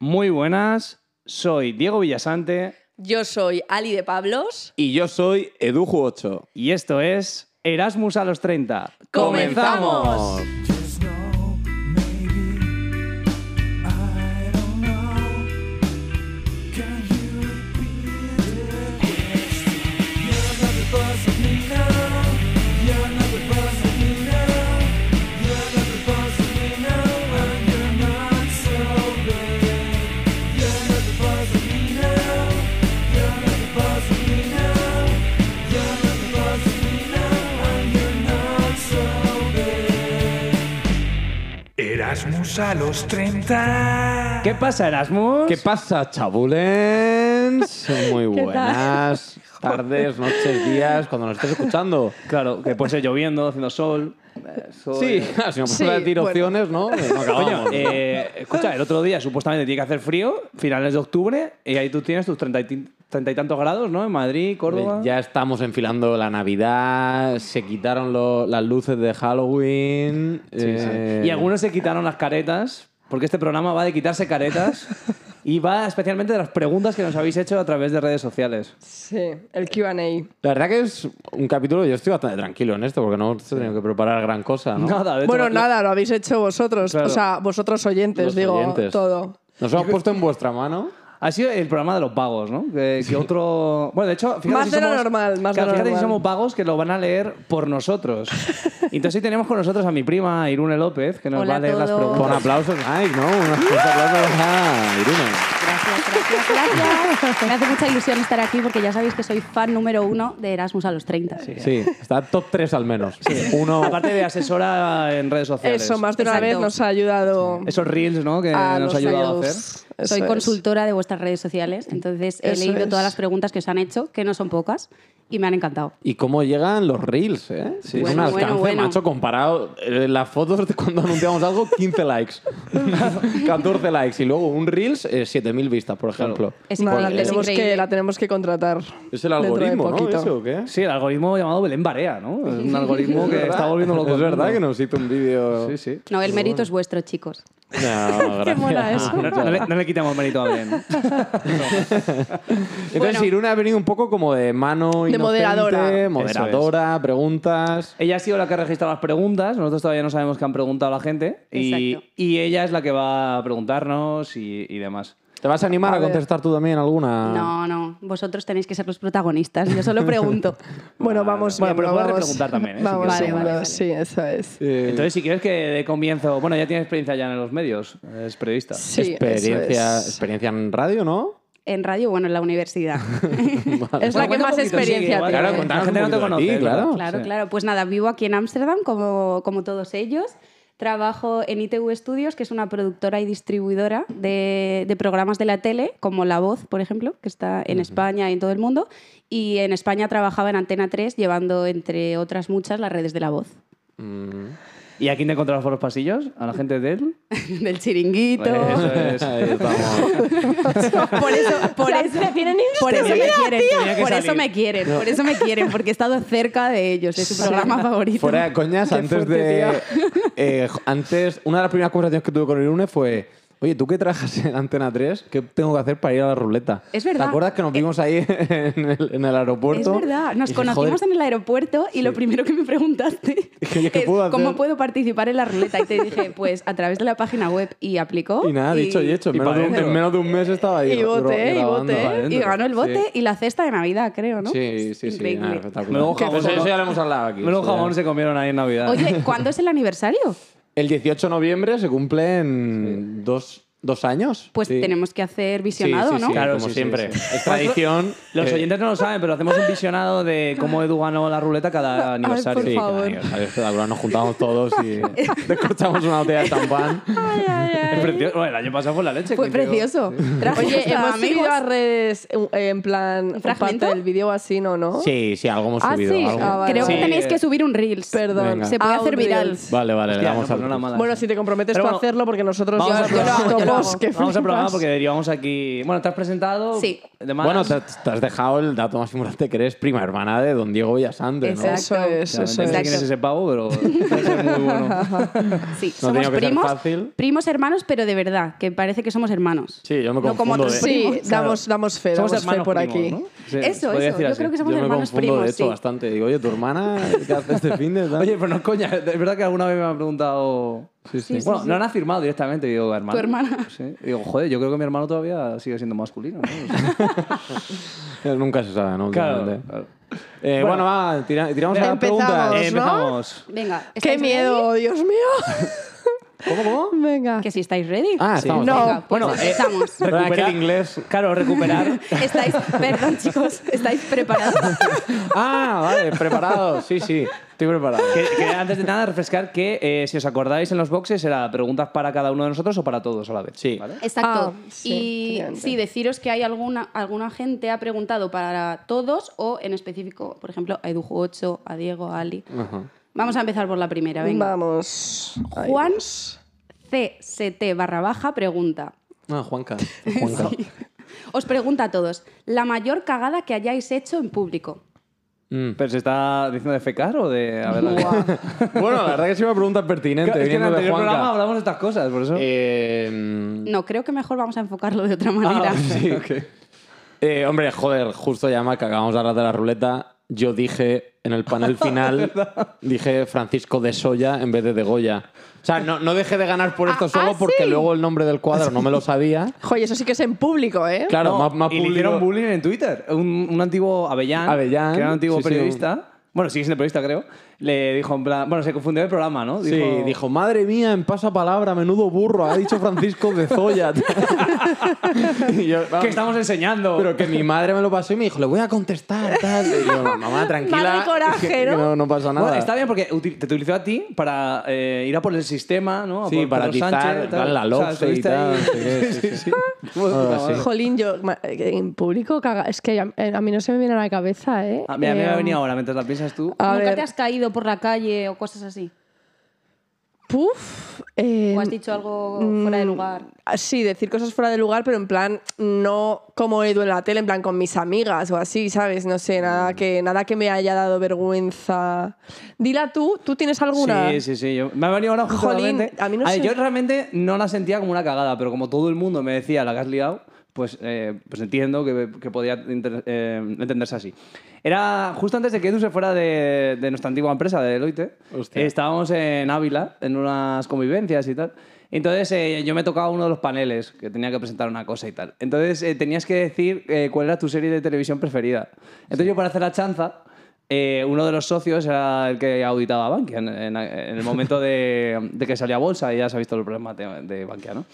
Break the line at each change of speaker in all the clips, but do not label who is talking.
Muy buenas, soy Diego Villasante
Yo soy Ali de Pablos.
Y yo soy Eduju8.
y esto es Erasmus a los 30.
¡Comenzamos!
Just know, maybe I don't know. Can you repeat it? You're not the boss of me now. You're not the boss of me now. You're not the boss of me now, and you're not so bad. You're not the boss of me now. You're not the boss of me now. You're not the boss of me now, and you're not so bad. Erasmus a los 30.
¿Qué pasa, Erasmus?
¿Qué pasa, chabulens? Muy
tal?
buenas tardes, noches, días, cuando nos estés escuchando.
Claro, que puede ser lloviendo, haciendo sol. eh, sol.
Sí, si no
Sí,
puedes decir
bueno.
opciones, ¿no? No
Coño,
acabamos.
eh, escucha, el otro día supuestamente tiene que hacer frío, finales de octubre, y ahí tú tienes tus treinta y, tin- treinta y tantos grados, ¿no? En Madrid, Córdoba.
Eh, Ya estamos enfilando la Navidad, se quitaron lo- las luces de Halloween. eh,
Y algunos se quitaron las caretas, porque este programa va de quitarse caretas y va especialmente de las preguntas que nos habéis hecho a través de redes sociales.
Sí, el QA.
La verdad que es un capítulo, yo estoy bastante tranquilo en esto, porque no he tenido que preparar gran cosa, ¿no?
Nada, de hecho,
Bueno,
lo-
nada, lo habéis hecho vosotros.
Claro.
O sea, vosotros oyentes,
Los
digo,
oyentes.
todo.
Nos hemos puesto en vuestra mano.
Ha sido el programa de los vagos, ¿no? Que, que otro. Bueno, de hecho, fíjate
Más
si
de lo
somos...
normal, más de
Claro,
lo
fíjate si
normal.
somos vagos que lo van a leer por nosotros. Entonces, sí, tenemos con nosotros a mi prima Irune López, que nos va
Hola
a
a
leer las
todos.
Con
preguntas.
aplausos, Mike, ¿no? Unos fuertes aplausos Ah, a Irune.
Gracias, gracias, gracias. Me hace mucha ilusión estar aquí porque ya sabéis que soy fan número uno de Erasmus a los 30.
Sí, está top 3 al menos. Uno.
Aparte de asesora en redes sociales.
Eso, más de una
Exacto.
vez nos ha ayudado
Esos reels, ¿no? Que
a
nos
los
ha ayudado a
ayudos.
hacer.
Eso
Soy
es.
consultora de vuestras redes sociales, entonces he
Eso
leído
es.
todas las preguntas que os han hecho, que no son pocas, y me han encantado.
Y cómo llegan los reels, ¿eh? Sí,
Bueno,
un alcance,
bueno, bueno.
macho, comparado. eh, las fotos de cuando anunciamos algo, 15 likes. 14 likes. Y luego un reels, eh, 7.000 vistas, por ejemplo.
Es
Nada, la,
increíble, es
tenemos que,
increíble.
la tenemos que contratar.
Es
dentro
el
de
algoritmo, ¿no?
poquito.
¿Eso o qué?
Sí, el algoritmo llamado Belén Barea, ¿no? Es un algoritmo que está volviendo loco.
Es
al
verdad
mundo.
que nos hizo un vídeo.
Sí, sí.
No, el mérito es vuestro, chicos.
No,
Qué
gracias.
mola
Ah,
eso.
no, no le, no le quitamos mérito a Belén.
Entonces,
Bueno.
Irune ha venido un poco como de mano inocente,
moderadora.
moderadora, preguntas.
Ella ha sido la que ha registrado las preguntas, nosotros todavía no sabemos qué han preguntado la gente y,
Exacto.
y ella es la que va a preguntarnos y, y demás.
¿Te vas a animar
A
a,
ver.
contestar tú también
Ah.
alguna?
No, no, vosotros tenéis que ser los protagonistas, yo solo pregunto.
Bueno, vamos.
Bueno, pero
viendo,
puedes
vamos.
repreguntar también, ¿eh? Si
Vamos,
quieres. Vale,
viendo,
vale, vale.
sí, eso es.
Eh,
Entonces, si quieres que de comienzo, bueno, ya tienes experiencia ya en los medios, es periodista.
Sí, eso
experiencia,
es.
experiencia en radio, ¿no?
En radio, bueno, en la universidad.
Es la
Cuéntame
que
un
más
poquito, sí,
experiencia
igual
Claro,
tiene.
cuenta-
la
cuéntanos
gente no
un
te
poquito de
conoce,
ti, claro.
Claro,
Oh, Sí.
claro. Pues nada, vivo aquí en Ámsterdam como, como todos ellos. Trabajo en ITV Studios, que es una productora y distribuidora de, de programas de la tele, como La Voz, por ejemplo, que está en España y en todo el mundo. Y en España trabajaba en Antena 3, llevando, entre otras muchas, las redes de La Voz.
Mm. ¿Y a quién te encontrabas por los pasillos? ¿A la gente de él?
Del chiringuito.
Eso es.
Ahí estamos.
Por eso, por eso, por eso me quieren.
Tenía que
Por eso
salir.
me quieren, por eso me quieren, porque he estado cerca de ellos, de su programa favorito.
Fuera de coñas, antes de. eh, antes, una de las primeras conversaciones que tuve con Irune fue. Oye, ¿tú qué trabajas en Antena 3? ¿Qué tengo que hacer para ir a la ruleta?
Es verdad. Eh,
¿Te acuerdas que nos vimos ahí en el, en el aeropuerto?
Es verdad, nos
Y dije,
conocimos
"Joder".
en el aeropuerto y lo primero que me preguntaste
Dije, "Oye, ¿qué
es,
puedo hacer?".
cómo puedo participar en la ruleta. Y te dije, pues a través de la página web y aplicó.
Y nada, dicho y hecho. En
y
menos,
pa'
de un,
dentro.
en menos de un mes estaba ahí.
Y
gra-
voté, y
grabando.
voté.
Pa' dentro.
Y ganó el bote
Sí.
y la cesta de Navidad, creo, ¿no?
Sí, sí, sí.
Increíble.
nada, espectacular.
Menudo jamón,
Pues
¿no?
eso ya lo hemos hablado aquí.
Menos
eso ya.
jamón se comieron ahí en Navidad.
Oye, ¿cuándo es el aniversario?
El 18 de noviembre se cumplen dos, dos años.
Pues
Sí.
tenemos que hacer visionado,
Sí, sí,
¿no?
sí,
Claro,
como
sí, sí,
siempre.
sí.
Es tradición.
los
eh,
oyentes no lo saben, pero hacemos un visionado de cómo Edu ganó la ruleta cada aniversario.
por
sí, cada
favor.
aniversario espectacular, nos juntamos todos y descorchamos una botella de champán.
Es precioso. Bueno, el año pasado fue la leche.
Fue
que quedó.
precioso. Traje
Oye,
hasta
hemos
amigos.
subido a redes eh, en plan
¿Un
parte
fragmento?
del vídeo así, ¿no, no?
Sí, sí, algo hemos
Ah,
subido.
sí.
algo.
Ah, vale.
Creo
Sí.
que tenéis que subir un Reels.
Perdón.
Venga.
Se puede
Ah,
hacer
un
viral.
Reels.
Vale, vale,
Hostia,
le
no,
damos
pues no
al-
la mala.
Bueno, si te comprometes
Pero
tú a
bueno,
hacerlo, porque nosotros
vamos a
yo
probar.
lo hago, yo lo Dios,
luego.
qué
Vamos al programa
flipas.
porque derivamos aquí. Bueno, te has presentado.
Sí.
De más.
Bueno, te, te has dejado el dato más importante que eres prima hermana de don Diego Villasante, ¿no?
Exacto.
Eso es,
Ya, no
eso
sé
es.
Exacto.
quién es ese pavo, pero debe ser muy bueno.
Sí,
No tenía
somos
que ser
primos,
fácil.
primos hermanos, pero de verdad, que parece que somos hermanos.
Sí, yo me
No como
confundo ¿eh?
otros
de-
Sí,
primos.
damos, damos fe,
Somos
damos fe
hermanos
por
primos,
aquí.
¿no? Sí, se podría
Eso, eso.
decir
Yo
así.
creo que somos
Yo me
hermanos
confundo,
primos.
de hecho,
sí.
bastante. Digo, oye, ¿tu hermana qué hace este fin de tal?
Oye, pero no es coña, es verdad que alguna vez me han preguntado.
sí.
Bueno,
Sí, sí,
no
sí.
han afirmado directamente, digo, hermano.
Tu hermana.
Sí. Digo, joder, yo creo que mi hermano todavía sigue siendo masculino. ¿no?
Nunca se sabe, ¿no?
claro.
Últimamente. Eh, bueno, va, tira- tiramos a las
Empezamos.
preguntas.
Eh,
¿no?
empezamos.
Venga,
¡Qué
¿estáis
miedo, Dios mío!
¿Cómo, cómo?
Venga.
ready? Que si estáis ready.
Ah, estamos.
No.
Venga, pues
Bueno, eh,
empezamos.
Pero
Recupera-
aquel inglés.
Claro, recuperar.
Estáis, perdón chicos, ¿estáis preparados?
Ah, vale, preparado. Sí, sí, estoy preparado.
que, que antes de nada, refrescar que eh, si os acordáis en los boxes era preguntas para cada uno de nosotros o para todos a la vez.
Sí.
¿vale?
Exacto.
Ah, sí,
y
efectivamente.
sí, deciros que hay alguna, alguna gente ha preguntado para todos o en específico, por ejemplo, a Edujo 8, a Diego, a Ali.
Ajá.
Vamos a empezar por la primera, venga.
Vamos. Ahí
Juan
vamos.
CST barra baja pregunta.
Ah, Juanca. Juanca.
Os pregunta a todos, la mayor cagada que hayáis hecho en público.
Mm.
¿Pero se está diciendo de fecar o de.? A ver, la-
Bueno, la verdad que es una pregunta pertinente.
Es que en el
viniendo de
anterior
Juanca.
programa hablamos de estas cosas, por eso.
Eh, mm,
No, creo que mejor vamos a enfocarlo de otra manera.
ah, sí. Eh, hombre, joder, justo ya me acabamos de hablar de la ruleta. Yo dije en el panel final, dije Francisco de Soya en vez de de Goya. O sea, no, no dejé de ganar por esto
Ah,
solo
ah,
porque
sí.
luego el nombre del cuadro no me lo sabía.
Joder, eso sí que es en público, ¿eh?
Claro,
No,
más, más
y le hicieron
público-
bullying en Twitter. Un, un antiguo Avellán,
Avellán,
que era un antiguo
sí, sí,
periodista, bueno, sigue siendo periodista, creo, le dijo en plan... Bueno, se confundió el programa, ¿no?
Sí, dijo, madre mía, en pasapalabra, menudo burro, ha dicho Francisco de Zoya. Y yo, vamos,
Que estamos enseñando.
Pero que mi madre me lo pasó y me dijo, le voy a contestar, tal. Y yo, mamá, tranquila.
Madre coraje,
que- que
¿no?
¿no? No pasa nada.
Bueno, está bien porque util- te utilizó a ti para eh, ir a por el sistema, ¿no? A
Sí,
por
para
Pedro
atizar,
Sánchez, tal.
darle la
O sea,
lofce y
estuviste ahí-
tal, no sé qué,
sí, sí,
sí,
sí.
Ah, sí.
Jolín, yo ma- eh, en público caga. Es que a, eh, a mí no se me viene a la cabeza, ¿eh?
Ah, mira, a mí me
Eh,
ha venido ahora, mientras la piensas tú.
A
¿Nunca
ver.
te has caído por la calle o cosas así?
Puf. eh,
¿O has dicho algo fuera de lugar?
ah, Sí, decir cosas fuera de lugar, pero en plan, no como Edu en la tele, en plan con mis amigas o así, ¿sabes? No sé,
Mm.
nada que, nada que me haya dado vergüenza. Dila tú, ¿tú tienes alguna?
Sí, sí, sí. yo- me ha venido ahora justo a la
Jolín,
mente.
a mí no sé.
Yo realmente no la sentía como una cagada, pero como todo el mundo me decía la que has liado, pues, eh, pues entiendo que, que podía inter- eh, entenderse así. Era justo antes de que Edu se fuera de, de nuestra antigua empresa, de Deloitte.
Hostia.
eh, estábamos en Ávila, en unas convivencias y tal. Entonces eh, yo me tocaba uno de los paneles, que tenía que presentar una cosa y tal. Entonces eh, tenías que decir eh, cuál era tu serie de televisión preferida. Entonces yo para hacer la chanza, eh, uno de los socios era el que auditaba a Bankia en, en- en el momento de, de que salía a bolsa y ya se ha visto el problema de, de Bankia, ¿no?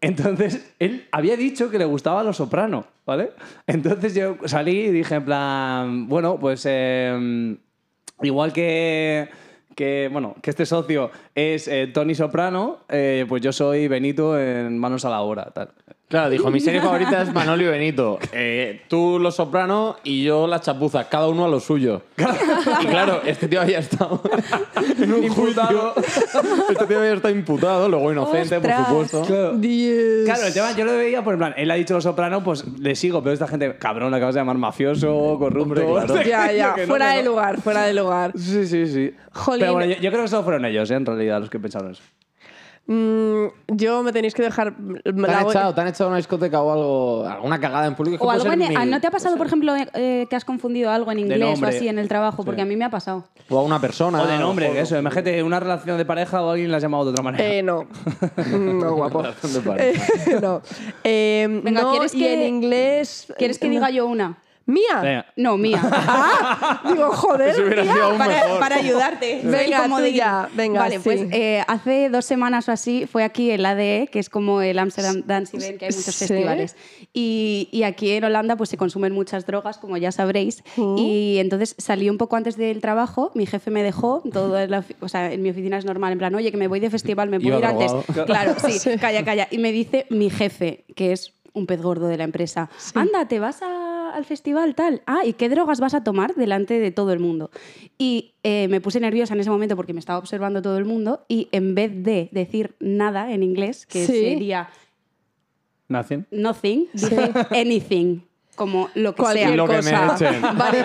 Entonces, él había dicho que le gustaba Los Soprano, ¿vale? Entonces yo salí y dije en plan, bueno, pues eh, igual que, que, bueno, que este socio es eh, Tony Soprano, eh, pues yo soy Benito en Manos a la Obra, tal.
Claro, dijo, mi serie favorita es Manolio Benito. Eh, tú Los Soprano y yo Las Chapuzas, cada uno a lo suyo. Y claro, este tío había estado en un imputado. Este tío había estado imputado, luego inocente,
Ostras.
por supuesto.
Diez.
Claro, el tema yo lo veía por en plan, él ha dicho Los Soprano, pues le sigo, pero esta gente, cabrón, la acabas de llamar mafioso, corrupto.
Hombre, claro.
Ya, ya,
Que no,
fuera
que
de
no.
lugar, fuera de lugar.
Sí, sí, sí.
Jolín.
Pero bueno, yo, yo creo que solo fueron ellos, ¿eh? en realidad, los que pensaron eso.
Mm, yo me tenéis que dejar.
¿Te
la
han,
voy-
echado, ¿Te han echado a una discoteca o algo, alguna cagada en público? Es que
¿O
puede
algo
ser
en-
mil-
¿No te ha pasado, por ejemplo, eh, eh, que has confundido algo en inglés o
nombre.
así en el trabajo? Porque a mí me ha pasado.
O a una persona.
O de nombre,
o-
que eso. Imagínate una relación de pareja o alguien la has llamado de otra manera.
Eh, no. No, guapo.
de pareja.
Eh, no. Eh,
Venga,
no,
¿quieres
y
que-
en inglés.
¿Quieres que
no.
diga yo una?
¿Mía?
Venga. Pues
No, mía.
Ah, digo, joder.
Eso hubiera
mía.
sido aún mejor.
ayudarte. Soy
Venga,
como
tú
de-
ya, venga,
Vale,
sí.
pues eh, hace dos semanas o así fue aquí el ADE, que es como el Amsterdam Dance Event, que hay muchos
Sí.
festivales. Y, y aquí en Holanda pues se consumen muchas drogas, como ya sabréis.
Ujú.
Y entonces salí un poco antes del trabajo, mi jefe me dejó, todo en, la ofi- o sea, en mi oficina es normal, en plan, oye, que me voy de festival, me
Iba
puedo ir antes.
drogado.
Claro, sí, calla, calla. Y me dice mi jefe, que es un pez gordo de la empresa, anda, te vas a- al festival tal. Ah, ¿y qué drogas vas a tomar delante de todo el mundo? Y eh, me puse nerviosa en ese momento porque me estaba observando todo el mundo y en vez de decir nada en inglés, que
Sí.
sería
Nothing.
Nothing, dije anything, como lo que
Cualquier
sea.
Y lo que me
cosa.
echen.
Vale,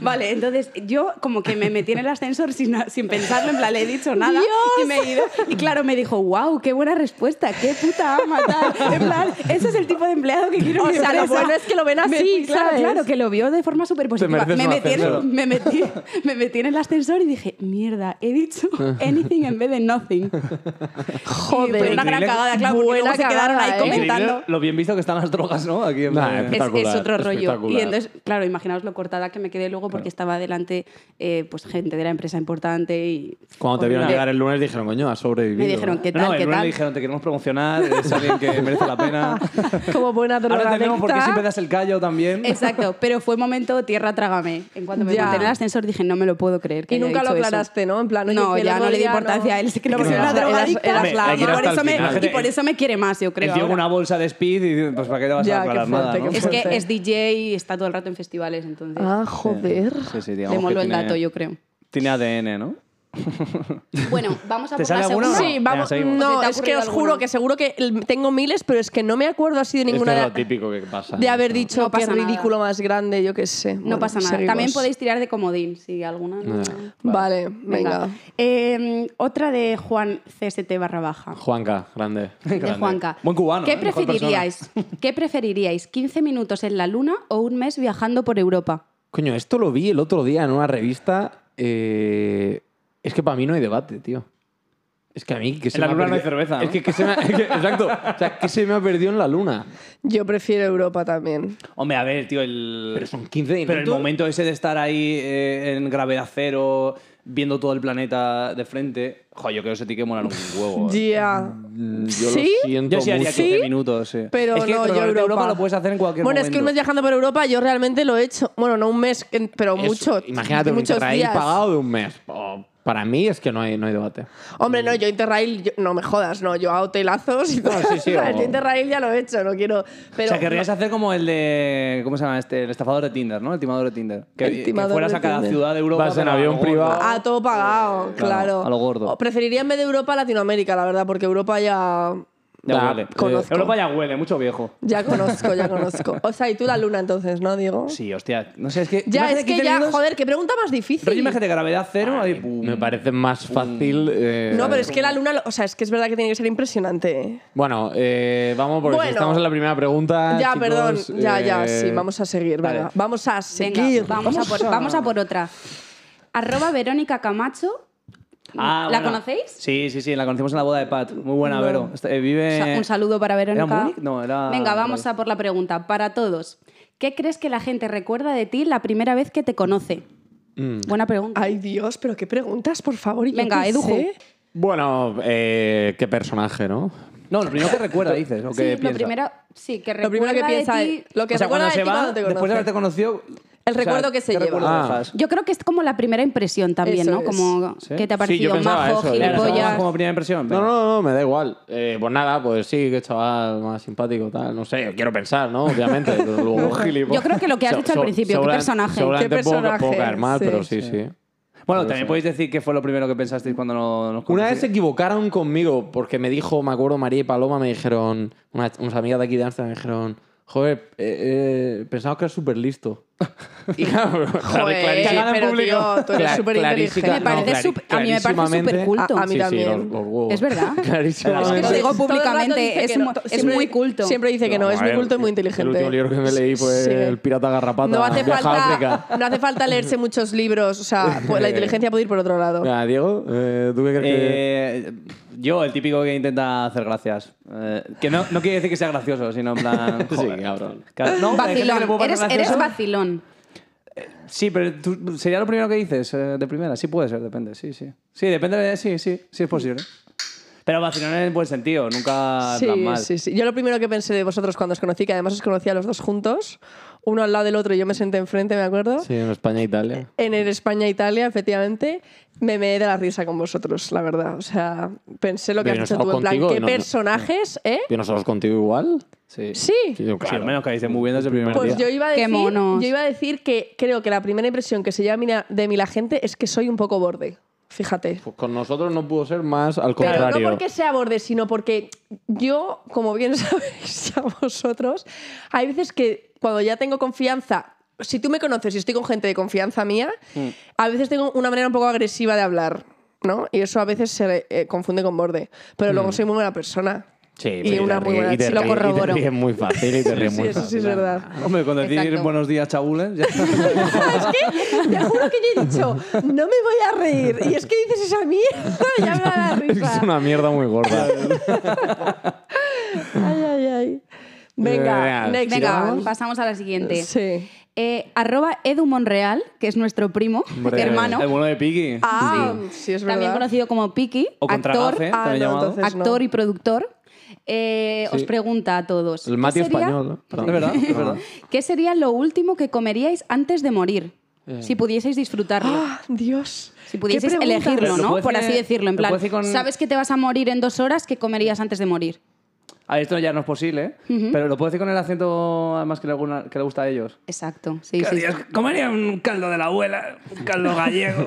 vale, entonces yo como que me metí en el ascensor sin, sin pensarlo, en plan, le he dicho nada y me he ido. Y claro, me dijo, wow, qué buena respuesta, qué puta ama, tal. En plan, ese es el tipo de empleado que quiero en
O
mi
sea, lo
empresa.
bueno es que lo ven
Me
así,
fui, claro,
¿sabes?
Claro, que lo vio de forma súper positiva.
mereces
Me
un
metí, en-
ascensor.
me, metí, me metí en el ascensor y dije, mierda, he dicho anything en vez de nothing. Joder, una gran
Increíble.
cagada, claro, porque
Buena
luego se quedaron
cagada,
ahí
¿eh?
comentando.
Increíble Lo bien visto que están las drogas, ¿no? Aquí en
Nah,
plan-
es
Es,
Espectacular,
es otro rollo.
espectacular.
Y entonces, claro, imaginaos lo cortada que me quedé luego porque estaba delante eh, pues, gente de la empresa importante y...
Cuando te vieron
Horrible.
llegar el lunes dijeron, coño, has sobrevivido.
Me dijeron, ¿qué
No,
tal?
no,
¿Qué
el lunes
tal?
le dijeron, te queremos promocionar, es alguien que merece la pena.
Como buena droga.
Ahora tenemos porque siempre das el callo también.
Exacto, pero fue momento tierra trágame. En cuanto me
Ya.
monté en el ascensor dije, no me lo puedo creer que
Y
haya
nunca lo
dicho eso".
aclaraste, ¿no? En plan, oye,
no,
que el
ya
otro
no le di
día
importancia
no-
a él. Es que no
Es que
me
no,
una
eras-
drogadicta.
eras la
Y
ama.
por eso me-
Imagínate-
Y por eso me quiere más, yo creo.
El tío con
ahora.
una bolsa de speed y pues para qué te vas
Ya,
a
qué
la nada,
fuerte,
¿no?
qué
Es que
fuerte.
es DJ y está todo el rato en festivales, entonces
Ah, joder.
Sí, sí, digamos
le
que
moló el
tiene-
dato, yo creo.
Tiene ADN, ¿no?
Bueno, vamos a
¿Te
por
sale
la
alguna o
segunda.
no?
Sí, vamos.
Venga, seguimos.
¿Se
no,
te ha
es que
ocurrido
os juro
alguna?
que seguro que el- tengo miles, pero es que no me acuerdo así de
Esto
ninguna
es
de-
lo típico que pasa.
de haber dicho
No
que
pasa nada.
ridículo más grande, yo qué sé.
No pasa nada. También podéis tirar de comodín, si alguna. no-
Nah.
Vale, venga.
Eh, otra de Juan CST barra baja.
Juanca, grande.
De Juanca.
Buen cubano,
¿Qué
¿eh? Mejor
preferiríais? ¿Qué preferiríais? ¿15 minutos en la luna o un mes viajando por Europa?
Coño, esto lo vi el otro día en una revista. eh, Es que para mí no hay debate, tío. Es que a mí que se
En la
me ha
luna no hay
perdido-
cerveza, ¿no?
Es que, que se me ha- es que- exacto. O sea, que se me ha perdido en la luna.
Yo prefiero Europa también.
Hombre, a ver, tío, el...
Pero son 15 minutos.
Pero el momento ese de estar ahí eh, en gravedad cero, viendo todo el planeta de frente, jo, yo creo que eso tiene que molar un huevo.
Ya.
eh.
Mm, Yo
¿Sí?
lo siento
Yo sí haría
mucho.
15
¿Sí?
minutos, sí.
Pero
es que
no,
lo
yo
de
Europa.
lo puedes hacer en cualquier
bueno,
momento.
es que uno viajando por Europa, yo realmente lo he hecho. Bueno, no un mes, que- pero
Eso,
mucho.
Imagínate un
muchos
Interrail
días.
pagado de un mes. Oh, para mí es que no hay, no hay debate.
Hombre, no, yo Interrail, yo- no me jodas, no, yo a hotelazos y todo.
sí, sí,
¿sabes?
o-
Yo Interrail ya lo he hecho, no quiero.
o
Pero,
sea, querrías hacer como el de. ¿Cómo se llama este? El estafador de Tinder, ¿no? El timador de Tinder. Que,
El
que
timador
fueras
de
a cada
Tinder. Ah,
ciudad de Europa.
Vas en
pero a lo
avión
gordo.
privado.
A todo pagado, claro.
a lo gordo.
O preferiría en vez de Europa Latinoamérica, la verdad, porque Europa ya.
Ya
Ah,
huele.
conozco.
Europa ya huele, mucho viejo.
Ya conozco, ya conozco. O sea, y tú la luna entonces, ¿no, Diego?
Sí, hostia. No sé, es que.
Ya,
imagínate
es que
15
ya,
minutos,
joder, qué pregunta más difícil.
Rollo, imagínate gravedad cero. ahí, pum.
Me parece más fácil. eh,
No, pero es que la luna, lo- o sea, es que es verdad que tiene que ser impresionante. ¿eh?
Bueno, eh, vamos porque si
Bueno.
estamos en la primera pregunta.
ya,
Ah, chicos,
perdón, ya, ya,
eh,
sí, vamos a seguir,
vale.
venga. Vamos a
Venga,
seguir.
vamos, a por, vamos a por otra. Arroba Verónica Camacho.
Ah,
¿La
bueno.
conocéis?
Sí, sí, sí, la conocimos en la boda de Pat. Muy buena, Vero. Está- eh, vive.
Sa- Un saludo para Verónica.
¿Era Múnich? No, era-
Venga, vamos
vale.
a por la pregunta. Para todos, ¿qué crees que la gente recuerda de ti la primera vez que te conoce?
Mm.
Buena pregunta.
Ay, Dios, pero qué preguntas, por favor. ¿eh? y yo
Venga,
qué
Edujo.
sé.
Bueno, eh, qué personaje, ¿no?
No, lo primero que recuerda, dices. O que
sí, lo
piensa.
primero, sí, que
Lo primero que
recuerda de
piensa
ti-
es. Lo que
o sea,
recuerda
cuando
de
se
ti
va,
cuando te
después de
conoce.
haberte conocido.
El recuerdo que se
¿qué
lleva.
recuerdo
Ah.
dejas?
Yo creo que es como la primera impresión también,
Eso
¿no?
es.
Como
Sí.
que te
Sí,
ha
yo
parecido
pensaba
majo,
eso, ya.
Claro,
gilipollas.
como primera impresión.
No,
venga.
no, no, me da igual. Eh, pues nada, pues sí, qué chaval más simpático, tal. No sé, quiero pensar, ¿no? Obviamente. desde luego.
Yo creo que lo que has
Se-
dicho al
se-
principio,
segura-
qué personaje.
Seguramente
Qué
poca-
personaje,
poca hermana,
sí.
pero sí, sí.
Bueno, también podéis decir qué fue lo primero que pensasteis cuando no- nos
Una vez se
conocisteis.
equivocaron conmigo porque me dijo, me acuerdo, María y Paloma me dijeron, una- unas amigas de aquí de Amsterdam me dijeron, joder, eh, eh, pensaba que eras súper listo. Y claro,
Joder,
clarísima-
pero tío, tú eres
Cla-
súper inteligente.
clarísima-
Me parece
clari-
sup- a mí me parece
clarísimamente- ah,
superculto.
A- a mí
Sí, sí,
también.
los- los huevos.
Es verdad.
Clarísimamente.
Es que lo digo
Todo el rato
públicamente,
dice
es
que no,
mu-
to-
es muy culto.
Siempre dice que no, es muy
Joder,
culto y muy
El
inteligente.
último libro que me leí fue
Sí.
El Pirata Garrapata.
No hace,
viaja a África.
falta, no hace falta leerse muchos libros, o sea, pues la inteligencia puede ir por otro lado.
Venga, Diego, eh, ¿tú qué crees que.?
Eh, yo, el típico que intenta hacer gracias. Eh, que no, no quiere decir que sea gracioso, sino en plan.
Sí,
joder.
cabrón.
Claro, No, hay gente que le puede
Vacilón.
parecer
Eres, eres
gracioso.
vacilón.
Sí, pero tú- sería lo primero que dices eh, de primera. Sí puede ser, depende. Sí, sí. Sí, depende. de- sí, sí, sí es posible. Pero vacilón en buen sentido, nunca en
Sí,
plan mal.
sí, sí. Yo lo primero que pensé de vosotros cuando os conocí, que además os conocí a los dos juntos, uno al lado del otro y yo me senté enfrente, me acuerdo,
Sí, en España e Italia.
en el España-Italia, efectivamente, me meé de la risa con vosotros, la verdad. O sea, pensé lo que has
Pero
dicho
no
tú, en plan,
contigo,
¿qué
no, no.
personajes, eh?
¿Y nosotros contigo igual?
Sí.
Sí.
Sí, yo
Sí, al
creo.
menos caíste muy bien desde el primer
Pues
día.
yo iba, a
Qué
decir,
monos.
yo iba a decir que creo que la primera impresión que se lleva a mí la- de mí la gente es que soy un poco borde. fíjate.
Pues con nosotros no pudo ser más al
Pero
contrario.
no porque sea borde, sino porque yo, como bien sabéis ya vosotros, hay veces que cuando ya tengo confianza, si tú me conoces y estoy con gente de confianza mía,
Mm.
a veces tengo una manera un poco agresiva de hablar, ¿no? Y eso a veces se eh, confunde con borde. Pero luego soy muy buena persona.
Mm. Sí,
y una muy buena. sí, lo corroboro.
Es muy fácil y te ríes
Sí,
muy
eso sí
fácil.
es verdad.
Hombre, con decir
Exacto.
buenos días, chabulen, ya
es que te juro que yo he dicho, no me voy a reír. Y es que dices esa mierda, ya me da la risa.
Es una mierda muy gorda.
Ay, ay, ay. Venga,
Venga,
next
Venga,
round.
pasamos a la siguiente.
Sí.
Eh, arroba Edu Monreal, que es nuestro primo,
Hombre,
hermano,
El bueno de Piki.
Ah, sí, es verdad.
también conocido como Piki,
O contra
actor,
Gafe,
Ah,
también
no,
llamado.
entonces- no.
actor y productor, eh,
Sí.
os pregunta a todos.
El Mati
¿qué sería-
español. ¿no?
Es verdad, es
No.
verdad.
¿Qué sería lo último que comeríais antes de morir?
Eh.
Si pudieseis disfrutarlo.
Ah, Dios.
Si
¿Qué
pudieseis
pregunta?
elegirlo,
Pero lo
¿no?
puedes
Por
decir-
así decirlo. En
lo
plan,
puedes decir con-
sabes que te vas a morir en dos horas, ¿qué comerías antes de morir?
A ver, Ah, esto ya no es posible, ¿eh? Pero lo puedo decir con el acento, además, que le, alguna- que le gusta a ellos.
Exacto, sí, sí.
comería un caldo de la abuela, un caldo gallego.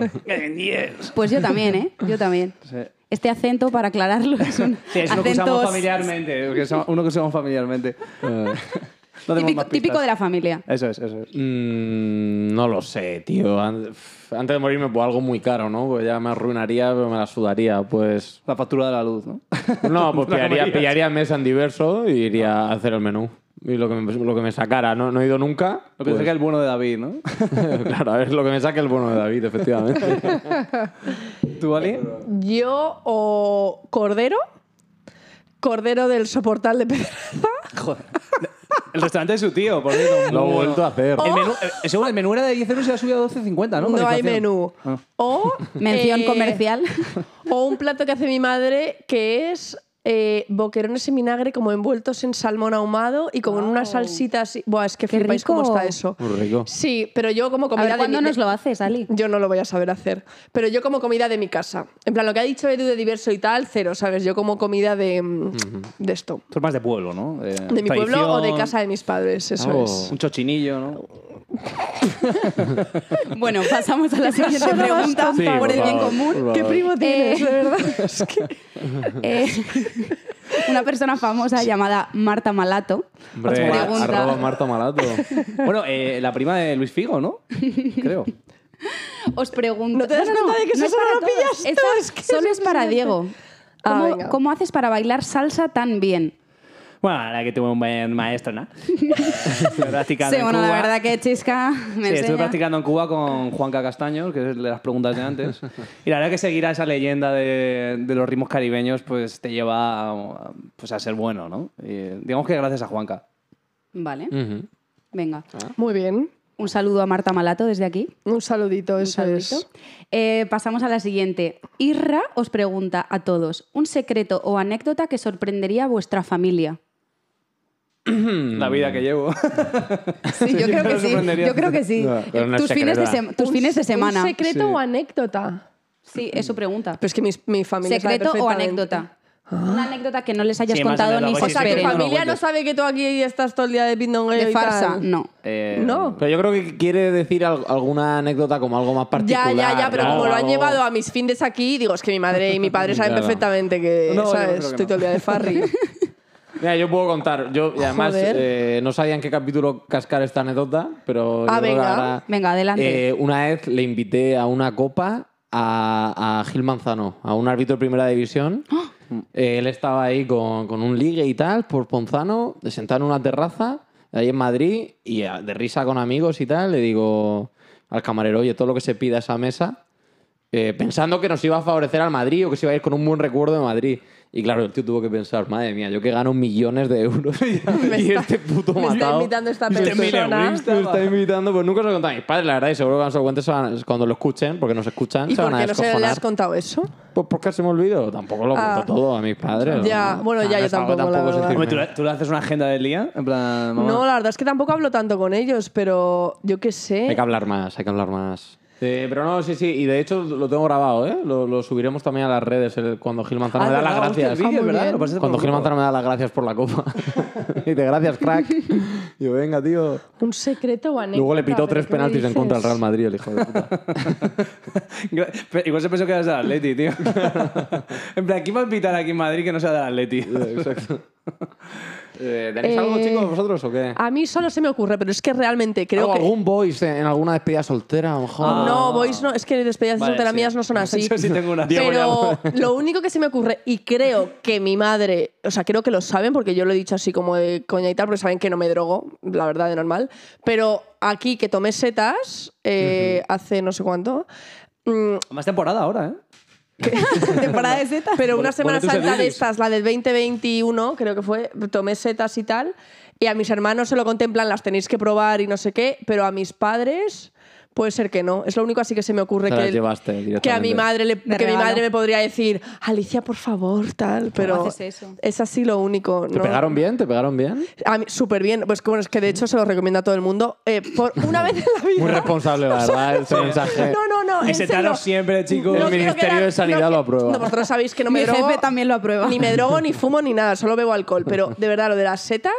Pues yo también, ¿eh? Yo también.
Sí.
Este acento, para aclararlo, es un
Sí, es uno que
acento
usamos familiarmente. que usamos- Uno que usamos familiarmente. No tenemos
típico,
más pistas. Eh,
típico de la familia.
Eso es, eso es.
Mm, no lo sé, tío. An- f- Antes de morirme, pues algo muy caro, ¿no? Pues ya me arruinaría, pero me la sudaría. Pues.
La factura de la luz, ¿no?
No, pues
La
pillaría,
comerías.
pillaría mesa en diverso y iría a hacer el menú. Y lo que me, lo que me sacara, no, no he ido nunca.
Lo que dice
pues-
que es el bueno de David, ¿no?
claro, a ver lo que me saque el bono de David, efectivamente.
¿Tú, Ali?
Yo o Cordero. Cordero del soportal de Pedraza.
Joder. El restaurante de su tío, por cierto.
lo he
Muy
vuelto a
bueno.
hacer.
El menú, eh, según el menú era de 10 euros y ha subido a 12,50, ¿no?
No,
Con la
hay
inflación.
menú.
Ah.
O.
Mención
eh,
comercial.
O un plato que hace mi madre que es. eh, boquerones en vinagre como envueltos en salmón ahumado y como en una
Wow.
salsita así. Buah, es que
Qué
flipáis cómo
rico.
está eso.
Muy rico.
Sí, pero yo como
A
comida
ver,
de
¿cuándo
mi-
nos lo haces, Ali?
Yo no lo voy a saber hacer. Pero yo como comida de mi casa. En plan, lo que ha dicho Edu de diverso y tal, cero, ¿sabes? Yo como comida de, mm, de esto.
Tú eres más de pueblo, ¿no? De,
De mi pueblo o de
tradición, pues,
casa pues. de mis padres, eso
Oh.
es.
Un chochinillo, ¿no?
Bueno, pasamos a la siguiente
Persona más
pregunta
tonta,
por el bien
favor,
común.
por
¿Qué
favor.
primo tienes,
Eh.
de verdad? Es que-
Eh, una persona famosa llamada Marta Malato
Hombre,
os pregunta...
arroba Marta Malato.
Bueno, eh, la prima de Luis Figo, ¿no? Creo.
Os pregunto.
¿No te das cuenta de que eso
es
solo
para
lo
todos.
pillas
Esta
tú? Es que
solo
es
es para
impresionante.
Diego.
Ah,
¿Cómo,
venga.
cómo haces para bailar salsa tan bien?
Bueno, la verdad que tuve un buen maestro, ¿no? Estuve practicando
Sí,
en
bueno, la
Cuba.
verdad que Chisca me
Sí, estuve
enseña.
practicando en Cuba con Juanca Castaño, que es de las preguntas de antes. Y la verdad que seguir a esa leyenda de, de los ritmos caribeños pues te lleva a, pues, a ser bueno, ¿no? Y, digamos que gracias a Juanca.
Vale,
Ujú.
venga.
Muy bien.
Un saludo a Marta Malato desde aquí.
Un saludito,
Un
eso es.
saludito. Eh, pasamos a la siguiente. Irra os pregunta a todos un secreto o anécdota que sorprendería a vuestra familia.
La vida que llevo.
Sí, yo creo
me
que sí.
sorprendería.
Yo creo que sí.
No, pero no es
tus fines de,
secreto.
sema- tus
Un-
fines de semana.
¿Un secreto o anécdota?
Sí, es su pregunta.
Pero es que mi, mi familia sabe
¿Secreto o
perfectamente.
anécdota? Una anécdota que no les hayas
Sí, más
contado
anécdota,
ni se
pues
O sea,
sí,
que
sí,
esperen.
sí.
familia
No lo
no sabe que tú aquí estás todo el día de pindongueo
De
y tal.
farsa, no.
Eh,
No.
Pero yo creo que quiere decir al- alguna anécdota como algo más
Ya,
particular.
ya, ya, pero
¿no?
como lo han
Algo-
llevado a mis fines aquí, digo, es que mi madre y mi padre saben
Claro.
perfectamente que,
No, yo
¿sabes?
creo que no.
Estoy todo el día de farri.
Mira, yo puedo contar. Yo, y además,
Joder.
eh, no sabía en qué capítulo cascar esta anécdota,
Ah,
pero. yo creo que
venga.
ahora-
Venga, adelante.
Eh, una vez le invité a una copa a, a Gil Manzano, a un árbitro de primera división.
¡Ah!
Eh, él estaba ahí con, con un ligue y tal, por Ponzano, sentado en una terraza, ahí en Madrid, y a- de risa con amigos y tal, le digo al camarero, oye, todo lo que se pida a esa mesa, eh, pensando que nos iba a favorecer al Madrid o que se iba a ir con un buen recuerdo de Madrid. Y claro, el tío tuvo que pensar, madre mía, yo que gano millones de euros y este puto
me está
matado.
invitando esta
me está-
persona.
Me está invitando, pues nunca se lo he contado a mis padres, la verdad, y seguro que cuando se lo cuente se van a- cuando lo escuchen, porque nos escuchan,
¿Y
se
por
van a
qué no se le
descojonar.
has contado eso?
Pues porque se me olvidó, tampoco lo
Ah.
cuento todo a mis padres.
Ya, bueno, ya yo
es algo
tampoco, la
es
verdad.
Hombre,
decirme-
¿tú, le- tú le haces una agenda del día? En plan, mamá.
No, la verdad es que tampoco hablo tanto con ellos, pero yo qué sé.
Hay que hablar más, hay que hablar más. Eh, pero no, sí, sí, y de hecho lo tengo grabado, ¿eh? Lo, lo subiremos también a las redes el- cuando Gil Manzano
Ah,
me da
es
las
verdad, hostia,
gracias.
el vídeo,
Ah, muy
¿verdad?
bien.
Lo pasaste por
Cuando
el
Gil
grupo.
Manzano me da las gracias por la copa. y dice, gracias, crack. Y yo, venga, tío.
Un secreto o anécdota.
Luego le pitó
pero
tres
¿qué me
penaltis en
dices?
contra del Real Madrid, el hijo de puta.
Gra- Pero Igual se pensó que eras del Atleti, tío. en plan, ¿quién va a pitar aquí en Madrid que no sea del Atleti?
Exacto. Eh, ¿Tenéis algo,
Eh,
chicos, vosotros o qué?
A mí solo se me ocurre, pero es que realmente creo
¿Algo-
que. Ah,
¿Algún voice en, en alguna despedida soltera? A lo mejor.
No, boys, no, es que despedidas
Ah. Vale,
solteras
sí.
mías no son así.
Yo sí tengo una.
Pero lo único que se me ocurre, y creo que mi madre, o sea, creo que lo saben, porque yo lo he dicho así como de coña y tal, porque saben que no me drogo, la verdad, de normal. Pero aquí que tomé setas eh, hace no sé cuánto. mm,
Más temporada ahora, ¿eh?
temporada de setas. Pero una
Bueno,
Semana
tú se
Santa de
dices.
estas, la del 2021, creo que fue, tomé setas y tal, y a mis hermanos se lo contemplan, las tenéis que probar y no sé qué, pero a mis padres puede ser que no. Es lo único así que se me ocurre
Te
que,
las llevaste
que a mi
directamente.
madre le-
De
que mi
regalo.
madre me podría decir, Alicia, por favor, tal, pero
haces eso?
es así lo único.
¿Te
no-
pegaron bien? ¿Te pegaron bien?
a mí, súper bien. Pues que, bueno, es que de hecho se lo recomiendo a todo el mundo. Eh, por una vez en la vida.
Muy responsable, la verdad, ese mensaje.
No, no, no. en
Ese taro
serio.
siempre, chicos.
No
El
quiero
Ministerio
quedar-
de Sanidad
no,
lo aprueba.
no, vosotros sabéis que no me
Mi
drogo.
jefe también lo aprueba.
Ni me drogo, ni fumo, ni nada. Solo bebo alcohol. Pero de verdad, lo de las setas,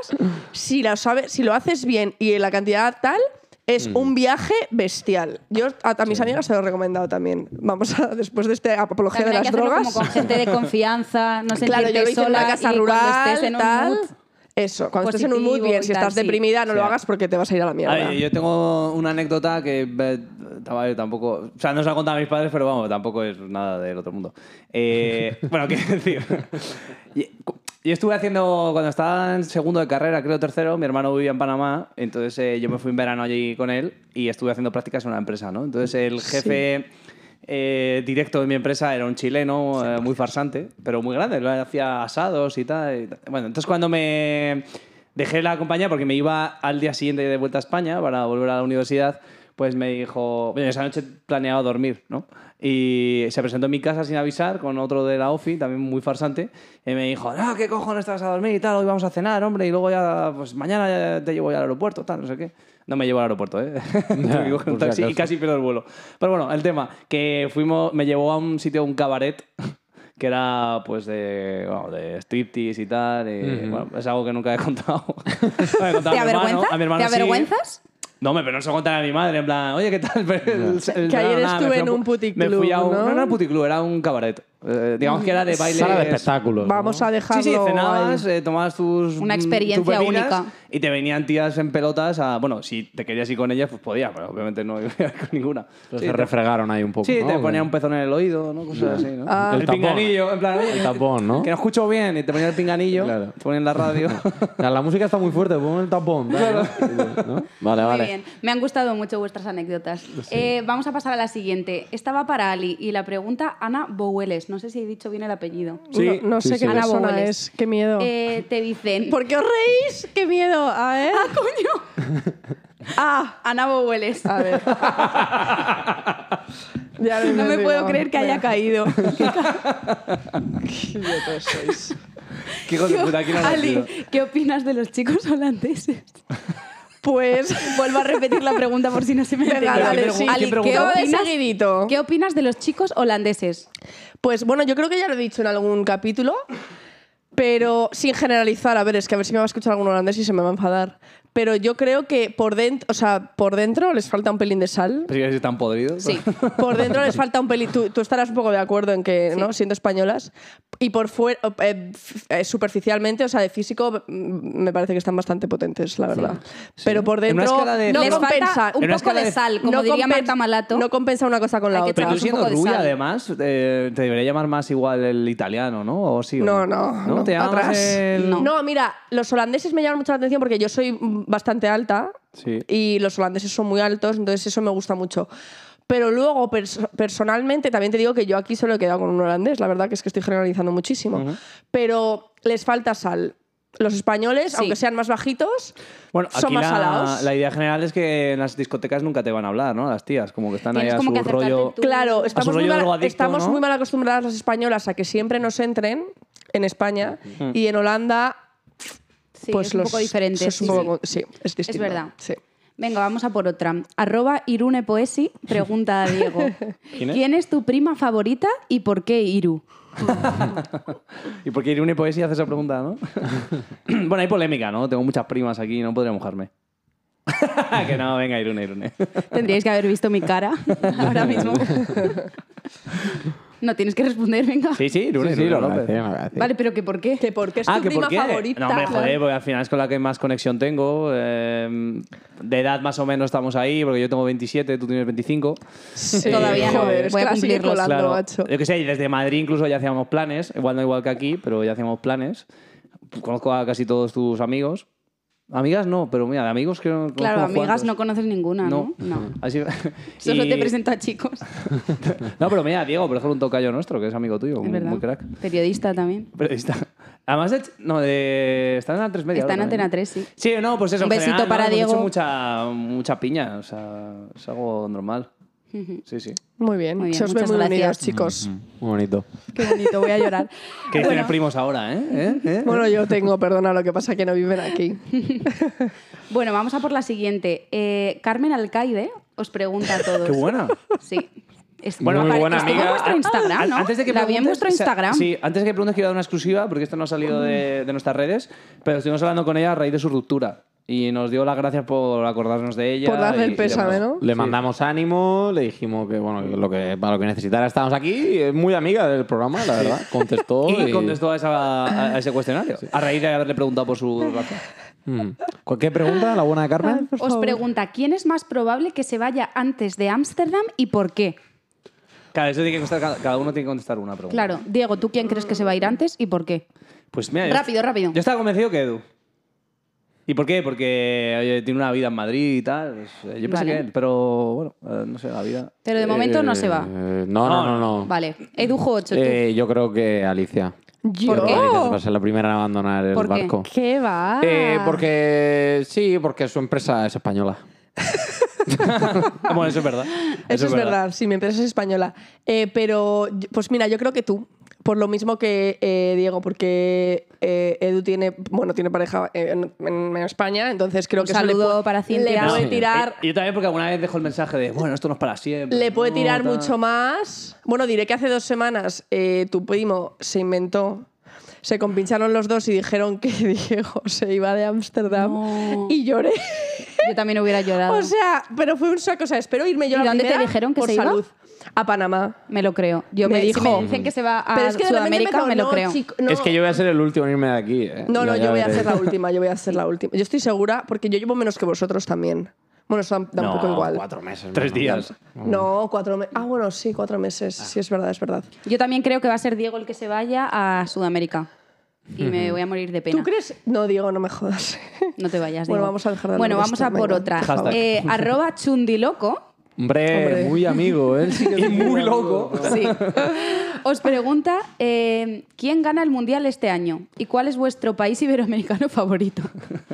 si, la sabe- si lo haces bien y en la cantidad tal, es
Mm.
un viaje bestial. Yo a, a mis amigas se lo he recomendado también. Vamos a, después de este apología
También hay
de
que
las
hacerlo
drogas.
como con gente de confianza, no sentirte
Claro, yo lo hice
sola
en una casa
y cuando
rural,
estés en un
tal.
mood,
Eso, cuando estés en un mood
positivo
bien,
y
si
tal,
estás
sí.
deprimida, no lo
Sí.
hagas porque te vas a ir a la mierda.
A ver, yo tengo una anécdota que eh, estaba yo tampoco. O sea, no se la he contado a mis padres, pero vamos, tampoco es nada del otro mundo. Eh, bueno, quiero decir. y- Yo estuve haciendo, cuando estaba en segundo de carrera, creo tercero, mi hermano vivía en Panamá, entonces eh, yo me fui en verano allí con él y estuve haciendo prácticas en una empresa, ¿no? Entonces el jefe eh, directo de mi empresa era un chileno eh, muy farsante, pero muy grande, lo hacía asados y tal, y tal. Bueno, entonces cuando me dejé la compañía porque me iba al día siguiente de vuelta a España para volver a la universidad, pues me dijo, bueno, esa noche planeaba dormir, ¿no? Y se presentó en mi casa sin avisar con otro de la OFI, también muy farsante, y me dijo, no, ¿qué cojones te vas a dormir y tal? Hoy vamos a cenar, hombre, y luego ya, pues mañana ya te llevo ya al aeropuerto, tal, no sé qué. No me llevo al aeropuerto, ¿eh? Tuve que coger un
por si
taxi y
acaso.
casi pierdo el vuelo. Pero bueno, el tema, que fuimos, me llevó a un sitio, un cabaret, que era pues de, bueno, de striptease y tal. y, bueno, es algo que nunca he contado. No, he contado a mi
¿Te
hermano,
avergüenzas?
a mi hermano
¿Te
sí.
avergüenzas?
No, hombre, pero no se lo contaré a mi madre, en plan, oye, ¿qué tal? Pero el- el-
Que ayer
nada, me
estuve
fui a
en un puticlub,
Me fui a un,
¿no?
no era un puticlub, era un cabaret. Eh, digamos que era de baile.
Sala de espectáculos.
Vamos
¿no?
a dejarlo.
Sí, sí,
ahí.
cenabas, eh, tomabas tus.
Una
mm, tus
experiencia
bebidas
única.
Y te venían tías en pelotas a. Bueno, si te querías ir con ellas, pues podías, pero obviamente no iba a ir con ninguna.
Entonces
Sí,
se
te-
refregaron ahí un poco.
Sí,
¿no?
te
Porque-
ponían un pezón en el oído, ¿no? Cosas así, ¿no?
Ah.
el
El tapón.
pinganillo, en plan, oye,
El tapón, ¿no?
Que no escucho bien, y te ponían el pinganillo,
Claro.
te ponían la radio.
La, la música está muy fuerte, pon el tapón. dale, ¿no? Vale,
Muy
Ah, vale.
bien. Me han gustado mucho vuestras anécdotas. Eh, vamos a pasar a la siguiente. Esta va para Ali y la pregunta Ana Boweles. No sé si he dicho bien el apellido.
Sí,
no, no
sí,
sé
sí.
qué
Ana
persona
Bogoles.
es. Qué miedo.
Eh, te dicen.
¿Por qué os reís? ¡Qué miedo! A ver.
coño? ah, Ana Boweles.
A ver. Ya ves,
No me
digo,
puedo creer que haya
venga,
caído.
qué idiotas sois.
Qué hijos de puta, aquí no lo
Ali,
digo.
¿qué opinas de los chicos holandeses?
Pues.
Vuelvo a repetir la pregunta por si no se me
Venga,
entendió.
dale,
¿quién
sí.
pregunta?
Ali,
¿quién
¿qué
pregunta?
opinas?
¿Opinas?
seguidito?
¿Qué opinas de los chicos holandeses?
Pues bueno, yo creo que ya lo he dicho en algún capítulo, pero sin generalizar, a ver, es que a ver si me va a escuchar algún holandés y se me va a enfadar. Pero yo creo que por dentro, o sea, por dentro les falta un pelín de sal.
Pero si están podridos.
pues.
Sí.
Por dentro les falta un pelín. Tú, tú estarás un poco de acuerdo en que, ¿no? Siendo españolas. Y por fuera, eh, f- eh, superficialmente, o sea, de físico, mm, me parece que están bastante potentes, la verdad. Pero por
En una
dentro.
escala de-
no
Les falta
compensa.
un
En una
poco
escala
de
de-
sal, como
no
diría
compen-
Marta Malato.
No compensa una cosa con la
Hay que
otra.
Pero
Pero
tú
Trabajas un
siendo
poco
rubia,
de sal.
además, eh, te debería llamar más igual el italiano, ¿no? ¿O sí, o
No, no, no.
¿Te llamas
Atrás.
el-
No.
No, mira, los holandeses me llaman mucho la atención porque yo soy bastante alta
Sí.
y los holandeses son muy altos, entonces eso me gusta mucho. Pero luego, pers- personalmente, también te digo que yo aquí solo he quedado con un holandés, la verdad que es que estoy generalizando muchísimo. Pero les falta sal. Los españoles,
Sí.
aunque sean más bajitos,
Bueno,
son
aquí
más
la,
salados.
la idea general es que en las discotecas nunca te van a hablar, ¿no? Las tías, como que están ahí
Tienes
a
como
su
que acercarte
rollo.
tú.
Claro,
A su
estamos,
rollo
muy mal,
drogadicto,
estamos
¿no?
muy mal acostumbradas las españolas a que siempre nos entren en España y en Holanda
Sí,
pues
es un
los-
poco diferente.
es pues un
sí,
poco- sí, es distinto.
verdad.
Sí.
sí. Venga, vamos a por otra. Arroba Irune Poesi pregunta a Diego.
¿Quién es?
tu prima favorita y por qué Iru?
Y porque Irune Poesía hace esa pregunta, ¿no? bueno, hay polémica, ¿no? Tengo muchas primas aquí, no podría mojarme. que no, venga, Irune, Irune.
Tendríais que haber visto mi cara ahora mismo. no tienes que responder, venga.
Sí, sí, Irune,
Sí, sí,
Irune
lo
López.
agradecemos, lo agradecemos.
Vale, pero que por qué?
Que porque es
Ah,
tu
que
prima
por qué.
favorita.
No, me joder, porque al final es con la que más conexión tengo. eh, de edad más o menos estamos ahí, porque yo tengo 27, tú tienes 25.
Sí,
Todavía no,
joder, es
voy a
que la sigue
cumplirlos.
colando,
Claro.
macho.
Yo qué sé, y desde Madrid incluso ya hacíamos planes, igual no igual que aquí, pero ya hacíamos planes. Conozco a casi todos tus amigos. Amigas no, pero mira, de amigos creo que no conozco
Claro,
a
amigas
cuantos.
no conoces ninguna, ¿no?
No.
No.
Así-
Solo
y-
te presento a chicos.
No, pero mira, Diego, por ejemplo, un tocayo nuestro, que es amigo tuyo,
Es
muy,
verdad.
muy crack.
Periodista también.
Periodista. Además, de... no, de... está en la 3 media.
Está en
ahora también.
Antena 3, sí.
Sí, no, pues eso.
Un
en
besito
general, ¿no?
para
Hemos hecho
Diego.
mucha, mucha piña, o sea, es algo normal. Sí, sí.
Muy bien,
Muy bien,
se os ven
muchas
muy
gracias.
unidos, chicos.
Mm. Muy bonito.
Qué bonito, voy a llorar.
Que tener primos ahora, ¿eh? ¿Eh? ¿Eh?
Bueno, yo tengo, perdona, lo que pasa que no viven aquí.
Bueno, vamos a por la siguiente. Eh, Carmen Alcaide os pregunta a todos.
Qué buena.
Sí. Es-
Muy
apare-
buena
estuvo en
amiga.
vuestro Instagram, ¿no?
Ah, An- Antes de que
la vi en
preguntes,
vuestro
o sea,
Instagram. Mm.
sí, antes de que preguntes quiero dar una exclusiva, porque esto no ha salido de, de nuestras redes, pero estuvimos hablando con ella a raíz de su ruptura. Y nos dio las gracias por acordarnos de ella.
Por darle
y-
el
y
pésame,
demás.
¿no?
Le
Sí.
mandamos ánimo, le dijimos que bueno que lo que para lo que necesitara estábamos aquí. Es muy amiga del programa, la verdad. Contestó
Y contestó a, esa- a- a ese cuestionario, a raíz de haberle preguntado por su raza.
Mm. Cualquier pregunta, la buena de Carmen.
Os pregunta, ¿quién es más probable que se vaya antes de Ámsterdam y por qué?
Claro, eso tiene que contestar, cada- cada uno tiene que contestar una pregunta.
Claro, Diego, ¿tú quién crees que se va a ir antes y por qué?
Pues mira, yo-
Rápido, rápido.
Yo estaba convencido que Edu. ¿Y por qué? Porque oye, tiene una vida en Madrid y tal. pues, eh, yo pensé
Vale.
que él, pero bueno, eh, no sé, la vida.
Pero de momento no se va.
Eh, no, no, no, no.
Ah, Vale. Edujo 8, tú.
Eh, yo creo que Alicia.
¿Yo?
Creo que Alicia va a ser la primera en abandonar el
¿Por qué?
barco.
Oh. ¿Qué Ah. va?
Eh, porque sí, porque su empresa es española.
Bueno, eso es verdad.
Eso es verdad, sí, mi empresa es española. Eh, pero, yo- pues mira, yo creo que tú, por lo mismo que eh, Diego, porque eh, Edu tiene, bueno, tiene pareja eh, en, en- en España, entonces creo
Un
que eso le
saludo
pu-
para Cintia.
Le
No,
puede
sí.
tirar,
Y yo también porque alguna vez dejo el mensaje de, bueno, esto no es para siempre.
le puede
no,
tirar
tal.
mucho más. Bueno, diré que hace dos semanas eh, tu primo se inventó. Se compincharon los dos y dijeron que Diego se iba de Ámsterdam
No.
y lloré.
Yo también hubiera llorado.
O sea, pero fue un saco. O sea, espero irme yo
¿Y
la
dónde te
primera
dijeron que
por
se iba?
salud. A Panamá.
me lo creo. Yo
Me
me,
dijo.
si me dicen que se va a
Pero es que de repente
Sudamérica,
empezó,
me lo
"No,
creo.
chico, no".
Es que yo voy a ser el último en irme de aquí. eh.
No, no,
Ya- ya
yo voy a
veréis.
hacer la última, yo voy a hacer la última. Yo estoy segura porque yo llevo menos que vosotros también. Bueno, eso da- da un
No,
poco Pues igual.
Ah, Cuatro meses.
Tres
más o menos.
días.
No, cuatro meses. Ah, bueno, sí, cuatro meses.
Ah.
Sí, es verdad, es verdad.
Yo también creo que va a ser Diego el que se vaya a Sudamérica. Y me voy a morir de pena.
¿Tú crees? No, Diego, no me jodas.
No te vayas.
Bueno,
Diego.
vamos a dejar de
Bueno,
hablar de
vamos
esto,
a por
venga.
otra.
Hashtag.
Eh, arroba chundiloco.
Hombre,
Hombre.
muy amigo, ¿eh? Sí que es
Muy loco.
Sí. Os pregunta eh, quién gana el mundial este año y cuál es vuestro país iberoamericano favorito.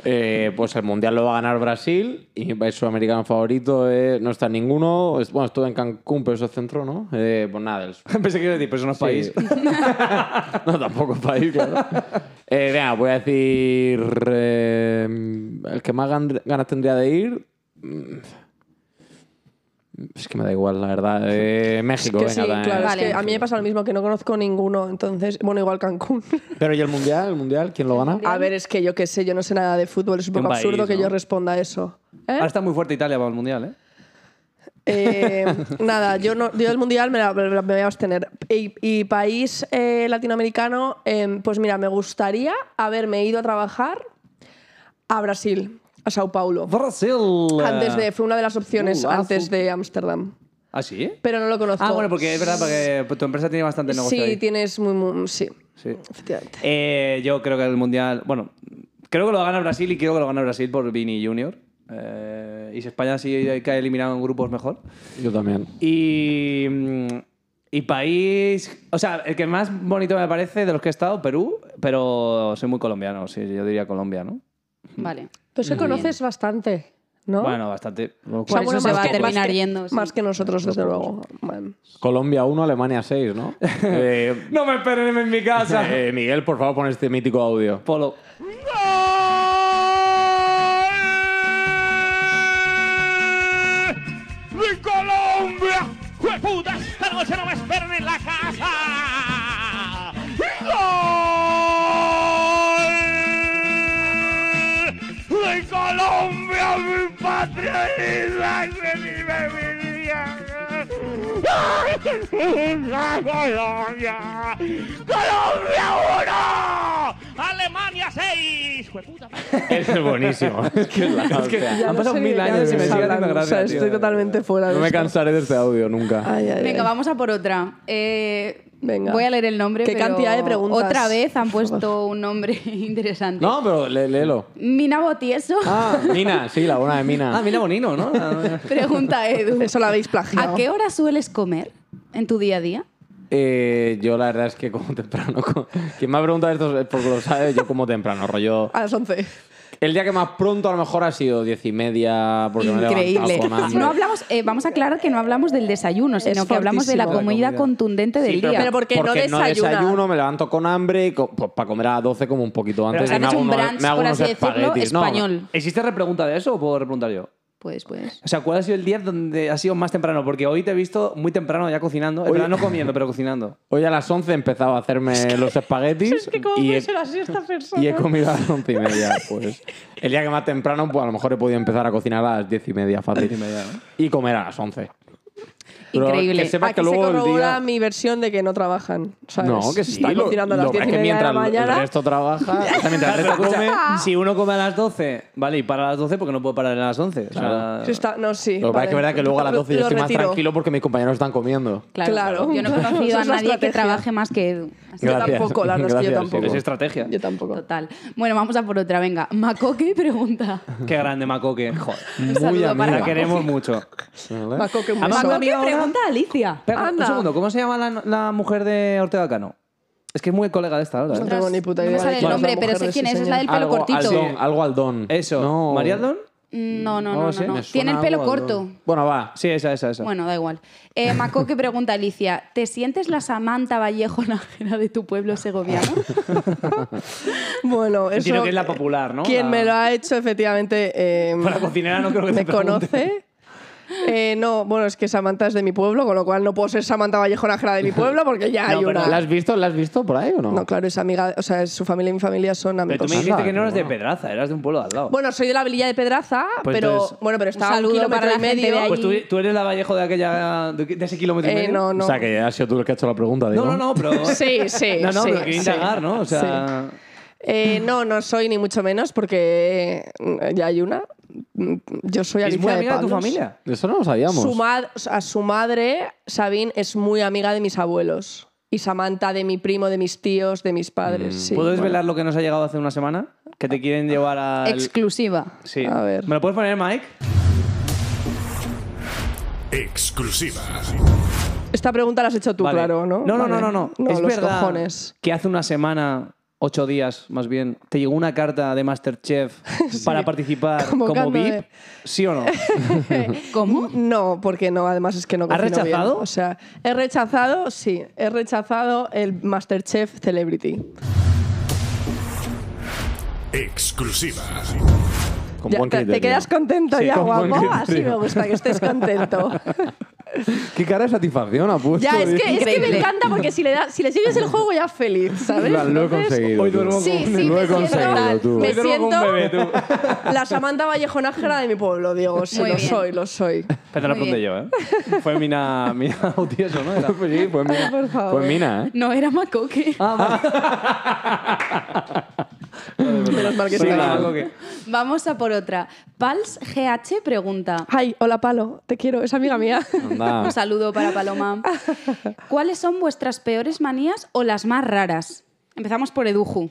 Eh, pues el mundial lo va a ganar Brasil y mi país sudamericano favorito eh, no está en ninguno. Es- Bueno, estuve en Cancún, pero eso es centro, ¿no? Eh, pues nada, el sur.
Pensé que iba a decir, pero eso no es país.
Sí. no, tampoco país, claro. Eh, venga, voy a decir. eh, el que más gan- ganas tendría de ir. mm, Es que me da igual, la verdad. Eh, México,
que
venga,
sí,
también.
claro,
Vale.
es que a mí me pasa lo mismo, que no conozco ninguno, entonces, bueno, igual Cancún.
Pero ¿y el mundial? ¿El mundial? ¿Quién lo gana?
A ver, es que yo qué sé, yo no sé nada de fútbol, es un
Un
poco
país,
absurdo que
¿no?
yo responda a eso. ¿Eh?
Ahora está muy fuerte Italia para el mundial, ¿eh?
Eh, nada, yo no, yo del mundial me, la- me la- me voy a abstener. Y, y país eh, latinoamericano, eh, pues mira, me gustaría haberme ido a trabajar a Brasil, a Sao Paulo.
Brasil.
Antes de, fue una de las opciones
Uh, ah,
antes
fu-
de Ámsterdam.
¿Ah, sí?
Pero no lo conozco.
Ah, bueno, porque es verdad, porque tu empresa tiene bastante negocio.
Sí,
ahí.
tienes muy, muy- Sí,
Sí.
efectivamente.
Eh, yo creo que el Mundial. Bueno, creo que lo gana Brasil y creo que lo gana Brasil por Vini Junior. Eh, y si España sí cae eliminado en grupos, mejor.
Yo también.
Y. mm, Y país. O sea, el que más bonito me parece de los que he estado, Perú, pero soy muy colombiano, sí, yo diría Colombia, ¿no?
Vale.
Tú se Pues conoces bastante, ¿no?
Bueno, bastante.
O sea,
Por pues eso se
más
va a
que-
terminar
más que-
yendo, sí.
Más que nosotros, desde luego. Bueno.
Colombia 1, Alemania 6, ¿no? Eh,
¡No me esperen en mi casa!
eh, Miguel, por favor, pon este mítico audio.
Polo.
noche no me esperen en la casa. ¡Gol! ¡De Colombia, mi patria linda, que vive mi día! Colombia, Colombia 1, Alemania 6. ¡Jueputa!
Es buenísimo. es que, es la hostia.
Han pasado mil años y me sigue dando gracia,
O sea,
tío.
estoy totalmente fuera de
No me
esto.
cansaré de este audio nunca.
Ay, ay,
Venga,
ay.
vamos a por otra. Eh,
Venga.
Voy a leer el nombre.
¿Qué
pero
cantidad de preguntas?
Otra vez han
Por
puesto un nombre interesante.
No, pero lé- léelo.
Mina Botieso
Ah, Mina, sí, la buena de Mina.
Ah, mira, Bonino, ¿no?
pregunta a Edu.
Eso lo habéis plagiado.
¿A qué hora sueles comer en tu día a día?
Eh, yo la verdad es que como temprano. co- Quien me ha preguntado esto es porque lo sabe, yo como temprano, rollo.
A las 11.
El día que más pronto a lo mejor ha sido diez y media porque me he
Increíble.
levantado con hambre.
No hablamos, eh, vamos a aclarar que no hablamos del desayuno, sino que hablamos de la
fortísimo.
comida,
La comida.
contundente del
Sí,
día.
pero porque no desayuna.
desayuno, me levanto con hambre y co- pues, para comer a las 12 como un poquito antes.
has
y me
hecho
hago
un
unos-
brunch,
me hago
por
unos
así decirlo,
espaguetis. No,
español.
¿Existe repregunta de eso o puedo repreguntar yo?
Pues, pues.
O sea, ¿cuál ha sido el día donde ha sido más temprano? Porque hoy te he visto muy temprano ya cocinando. En verdad, no comiendo, pero cocinando.
Hoy a las 11 he empezado a hacerme los espaguetis y, he,
así esta persona?
y he comido a las 11 y media. Pues. El día que más temprano, pues a lo mejor he podido empezar a cocinar a las 10 y media fácil.
y media, ¿no?
Y comer a las 11. Pero
Increíble.
Que sepas
Aquí
que luego
se
el
corrobora
día...
mi versión de que no trabajan. ¿sabes?
No, que sí.
Están
lo-
cocinando a las
lo-
10
es
y
que
media de
mientras
la
el
mañana.
resto trabaja...
Mientras el resto come, si uno come a las 12, vale, y para a las 12 porque no puedo parar a las 11. O sea,
Claro.
Sí, está- no, sí.
Lo que pasa es que es verdad que luego a las 12 yo
Lo
estoy más
retiro.
tranquilo porque mis compañeros están comiendo.
Claro,
Claro.
Yo no he conocido
Esa
a
es la
nadie que
estrategia.
trabaje más que Edu. Así
Yo
que
Gracias.
tampoco, la verdad es que yo
Gracias, ¿Eh?
tampoco.
Es estrategia.
Yo tampoco.
Total. Bueno, vamos a por otra. Venga, Macoque pregunta.
Qué grande, Macoque. Joder.
Un saludo
amiga.
La
para Macoque.
queremos mucho.
Paco,
Ah,
que un
Además,
beso.
una amiga
Macoque
ahora-
pregunta a Alicia.
Espera,
Anda.
un segundo, ¿cómo se llama la, la mujer de Ortega Cano? Es que es muy colega de esta ahora.
No
¿eh?
tengo ni puta
No
idea. de
me sale
quién
el
es la
nombre,
mujer
pero
de
sé
ese
quién es. Es la del
señor.
pelo cortito. Mm,
Aldón, algo Aldón.
Eso.
No.
¿María Aldón?
No, no,
¿O
no,
sí?
no.
Me
no.
suena
Tiene el pelo
algo
corto.
Aldón. Bueno, va.
Sí, esa, esa, esa.
Bueno, da igual. Eh, Maco que pregunta a Alicia, ¿te sientes la Samantha Vallejo Nájera de tu pueblo segoviano?
Bueno,
Entiendo
eso.
que es la popular, ¿no?
Quien
La-
me lo ha hecho, efectivamente. eh,
Para cocinera no creo que
me
te pregunte.
conoce. Eh, no, bueno, es que Samantha es de mi pueblo, con lo cual no puedo ser Samantha Vallejo Nájera de mi pueblo porque ya
No,
hay
pero
una.
la-
¿La has visto? ¿La has visto por ahí o no?
No, claro, es amiga, o sea, es- su familia y mi familia son
Pero tú
amigos.
me dijiste
Anda,
que no eras de
bueno.
Pedraza, eras de un pueblo de al lado.
Bueno, soy de la Villa de Pedraza,
Pues
pero
entonces-
bueno, pero está
saludo
un kilómetro
para la
y
gente
medio.
de ahí.
pues tú, tú eres la Vallejo de aquella de, de ese kilómetro y
Eh,
medio.
no, no.
O sea, que has sido tú el que ha hecho la pregunta.
no,
digo.
no, no, pero
Sí, sí.
Pues, no, no,
sí,
pero quería
sí.
indagar, ¿no? O sea,
Eh, no, no soy ni mucho menos porque eh, ya hay una. Mm, Yo soy Alicia
es muy
de
amiga de tu
Pablos.
familia.
Eso no lo sabíamos.
Su mad- o sea, su madre, Sabine, es muy amiga de mis abuelos. Y Samantha de mi primo, de mis tíos, de mis padres. sí.
¿Puedo desvelar lo que nos ha llegado hace una semana? Que te quieren llevar a
Exclusiva.
Sí.
A ver.
¿Me lo puedes poner, Mike?
Exclusiva.
Esta pregunta la has hecho tú,
Vale.
claro, ¿no?
No, no,
Vale.
no, no,
No,
Es
los
verdad
cojones.
que hace una semana, ocho días más bien, te llegó una carta de Masterchef para participar como,
Convocándome.
VIP. ¿Sí o no?
¿Cómo?
No, porque no, además es que no
¿Has
cocino bien.
rechazado?
O sea, he rechazado, sí, he rechazado el Masterchef Celebrity.
Exclusiva.
Con
Ya,
buen
te, te
criterio.
quedas contento
Sí,
ya,
con buen
guapo. Así
criterio.
me gusta que estés contento.
Qué cara de satisfacción ha puesto.
ya, es que, es que me
Increíble.
encanta porque si le, da, si le sigues el juego ya feliz, ¿sabes?
Lo, lo he
Entonces,
conseguido.
hoy
tú.
duermo
Sí, sí,
lo
me
he conseguido
siento,
tú.
me
Duermo con un
siento
bebé, tú.
la Samantha Vallejo Nájera de mi pueblo, Diego. Sí,
Muy
lo
bien.
soy, lo soy.
Pero la
Muy
pregunté yo, ¿eh? Fue Mina, Mina Bautieso, ¿no? Era.
Pues sí, pues mina.
por favor.
Pues mina, ¿eh?
No, era Macoque.
Menos mal que
Sí,
sí.
la- algo que-
Vamos a por otra. Pals GH pregunta.
Ay, hola Palo, te quiero, es amiga mía.
Anda.
Un saludo para Paloma. ¿Cuáles son vuestras peores manías o las más raras? Empezamos por Eduju.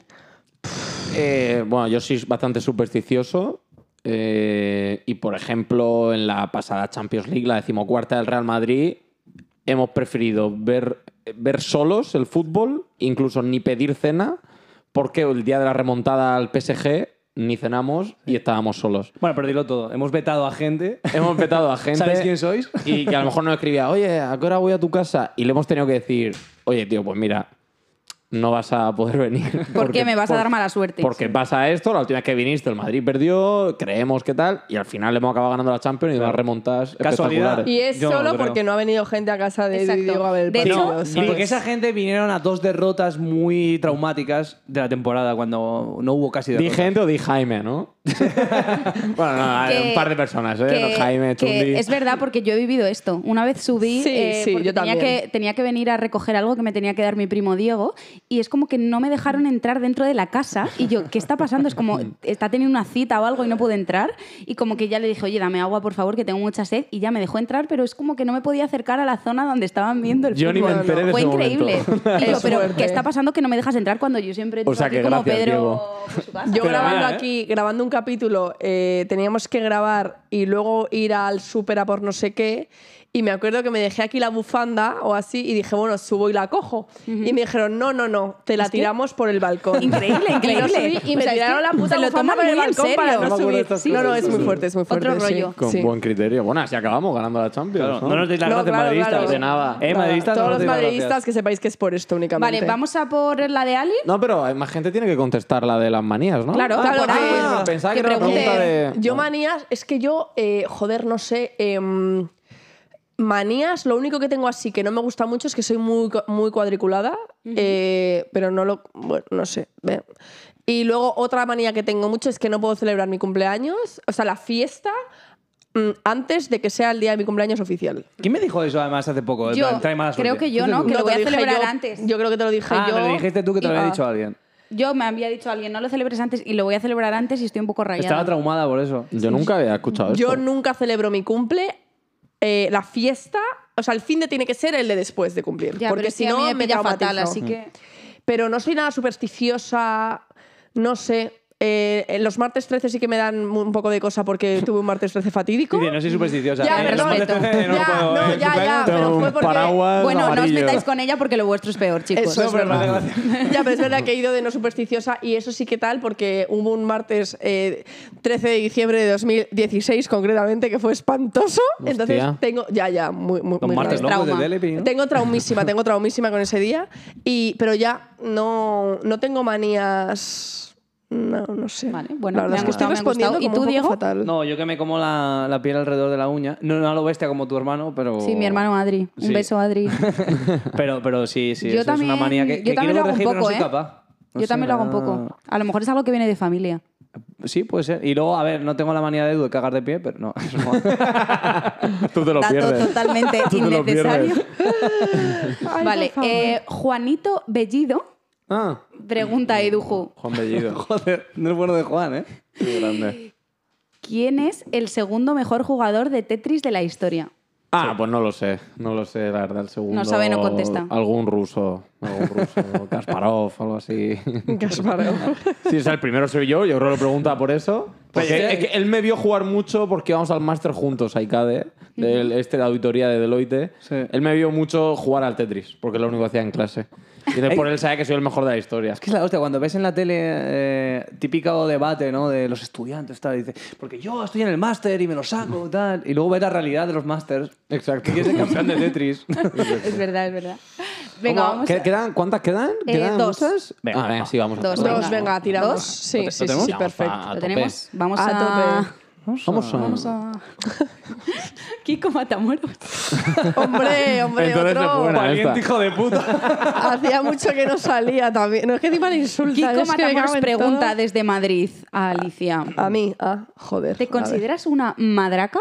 Eh, bueno, yo soy bastante supersticioso. eh, y por ejemplo, en la pasada Champions League, la decimocuarta del Real Madrid, hemos preferido ver, ver solos el fútbol, incluso ni pedir cena, porque el día de la remontada al PSG ni cenamos y estábamos solos.
Bueno, pero dilo todo. Hemos vetado a gente.
Hemos petado a gente.
¿Sabéis quién sois?
Y que a lo mejor nos escribía, oye, ¿a qué hora voy a tu casa? Y le hemos tenido que decir, oye, tío, pues mira, no vas a poder venir.
¿Por qué me vas a dar mala suerte?
Porque pasa esto, la última vez que viniste, el Madrid perdió, creemos que tal, y al final hemos acabado ganando la Champions y unas remontadas
Casualidad.
espectaculares.
Y es
Yo no
solo
creo.
porque no ha venido gente a casa de
Exacto.
Diego a ver el
De
partido,
hecho,
¿sabes?
Y porque esa gente vinieron a dos derrotas muy traumáticas de la temporada, cuando no hubo casi
Di
derrotas.
gente o di Jaime, ¿no? bueno, no,
Que-
un par de personas, ¿eh?
que-
Jaime,
que
Chundi.
Es verdad, porque yo he vivido esto. Una vez subí,
Sí,
eh,
sí,
porque
yo
tenía,
también.
que, tenía que venir a recoger algo que me tenía que dar mi primo Diego, y es como que no me dejaron entrar dentro de la casa. Y yo, ¿qué está pasando? Es como, está teniendo una cita o algo y no pude entrar. Y como que ya le dije, oye, dame agua, por favor, que tengo mucha sed. Y ya me dejó entrar, pero es como que no me podía acercar a la zona donde estaban viendo el
Yo ni me
fútbol.
enteré de
Fue
ese
increíble.
momento.
Y yo,
Es
pero
fuerte.
¿qué está pasando que no me dejas entrar cuando yo siempre
O sea,
entro
que
aquí como
gracias,
Pedro
Diego.
por su casa?
Yo
Pero
grabando
mira, ¿eh?
aquí, grabando un capítulo, eh, teníamos que grabar y luego ir al súper a por no sé qué. Y me acuerdo que me dejé aquí la bufanda o así y dije, bueno, subo y la cojo. Y me dijeron, no, no, no, te la
Es que-
tiramos por el balcón.
Increíble,
Y no
increíble.
subí Y me
O sea, es
tiraron
que
la puta
se lo
bufanda
toman
por el
muy en
balcón
serio.
para
No me
no
acuerdo de
subir.
estas
Sí, no,
cosas,
no, es
sí,
muy
sí.
fuerte, es muy fuerte.
Otro
sí.
rollo.
Con
Sí.
buen criterio. Bueno, así acabamos ganando la Champions.
Claro,
¿no?
no nos deis las
No,
gracias
claro,
madridistas.
claro.
De nada.
Eh,
Nada,
madridistas, no nos
Todos los
deis las
madridistas
gracias.
que sepáis que es por esto únicamente.
Vale, vamos a por la de Ali.
No, pero hay más gente tiene que contestar la de las manías, ¿no? Ah,
Claro,
Ah,
claro,
pues
por ahí.
que-
pensaba que
que
era una
pregunte-
pregunta de...
Yo manías, es que yo, eh, joder, no sé. em, manías, lo único que tengo así que no me gusta mucho es que soy muy, cu- muy cuadriculada, eh, pero no lo. Bueno, no sé. ve. Y luego otra manía que tengo mucho es que no puedo celebrar mi cumpleaños, o sea, la fiesta, mm, antes de que sea el día de mi cumpleaños oficial.
¿Quién me dijo eso además hace poco? En
Yo
plan, trae mala
creo
suerte.
que yo,
Fuiste
¿no?
tú.
Que lo
te
voy a
dije
celebrar
yo-
antes.
Yo creo que te lo dije
Ah,
yo.
me lo dijiste tú que te lo
y-
había
ah.
dicho alguien.
Yo me había dicho a alguien, no lo celebres antes y lo voy a celebrar antes y estoy un poco rayada.
Estaba traumada por eso.
Yo nunca había escuchado
Yo
esto.
nunca celebro mi cumple. eh, la fiesta, o sea, el fin de tiene que ser el de después de cumplir.
Ya, pero
porque
es
si
que a mí
no,
me
me
pilla
traumatizo.
fatal, así que...
Pero no soy nada supersticiosa, no sé. eh, en los martes 13 sí que me dan mu- un poco de cosa porque tuve un martes 13 fatídico.
Dice, no soy supersticiosa.
Ya,
Eh,
perdón.
no, te- no
Ya,
puedo,
no,
eh.
ya, ya, pero fue porque-
Paraguas
Bueno, no os
amarillo.
metáis con ella porque lo vuestro es peor, chicos.
Eso es
pero me hace
verdad.
gracia.
Ya, pero es verdad que he ido de no supersticiosa y eso sí que tal, porque hubo un martes eh, 13 de diciembre de 2016, concretamente, que fue espantoso.
Hostia.
Entonces tengo. Ya, ya, muy, muy,
Los
muy
martes
grave.
locos de
Trauma.
Telepi, ¿no?
Tengo traumísima, tengo traumísima con ese día. Y, pero ya no, no tengo manías. No, no sé.
Vale, bueno,
La verdad
me
es
han
que estoy
gustado, me han
respondiendo
gustado. ¿Y
como
tú,
un poco
Diego?
fatal.
No, yo que me como la, la piel alrededor de la uña. No, no a lo bestia como tu hermano, pero...
Sí, mi hermano Adri. Un
Sí.
beso, Adri.
Pero, pero sí, sí,
Yo
eso es
también-
una manía que,
yo
que quiero
también lo hago un
corregir, pero
poco,
no soy
¿eh?
capaz. No sé,
Yo también lo hago un
me da-
poco. A lo mejor es algo que viene de familia.
Sí, puede ser. Y luego, a ver, no tengo la manía de Edu de cagar de pie, pero no.
Tú te lo
Dato
pierdes.
totalmente
Tú te lo
innecesario.
pierdes.
vale, eh, Juanito Bellido
Ah,
pregunta a Eduju,
Juan Bellido.
Joder, no es bueno de Juan, ¿eh?
Qué grande.
¿quién es el segundo mejor jugador de Tetris de la historia?
Ah, pues no lo sé. No lo sé, la verdad, el segundo.
No sabe, no contesta.
Algún ruso. Algún ruso. Kasparov, algo así.
Gasparov.
Sí, o sea, el primero soy yo, yo creo que lo pregunta por eso. Porque
Oye,
es que él me vio jugar mucho porque íbamos al máster juntos, a ICADE, del, este, la auditoría de Deloitte.
Sí.
Él me vio mucho jugar al Tetris, porque es lo único que hacía en clase. Y entonces por él sabe que soy el mejor de la historia.
Es que es la hostia, cuando ves en la tele eh, típico debate, ¿no? De los estudiantes, tal, y dice, porque yo estoy en el máster y me lo saco, tal. Y luego ver la realidad de los másters.
Exacto.
Que es el campeón de Tetris.
es verdad, es verdad. Venga,
¿Cómo?
vamos.
¿Qué- quedan, ¿Cuántas quedan?
Eh,
¿Quedan
dos.
muchas?
Venga,
Ah, venga, sí, vamos.
Dos,
Dos,
venga.
venga, tiramos.
¿Dos?
Sí,
¿Lo
sí, sí,
tenemos?
sí,
Vamos
perfecto.
a
¿Lo
tope.
tenemos? Vamos
A
a...
tope.
Vamos a...
Vamos a... Kiko Matamoros.
Hombre, hombre,
Entonces es
otro.
buena.
Valiente
esta.
hijo de puta.
Hacía mucho que no salía también. No es que encima le insultan.
Kiko
es que me
Matamoros
cago en
pregunta
todo.
desde Madrid a Alicia.
A mí, ah, joder.
¿Te
a ver.
consideras una madraca?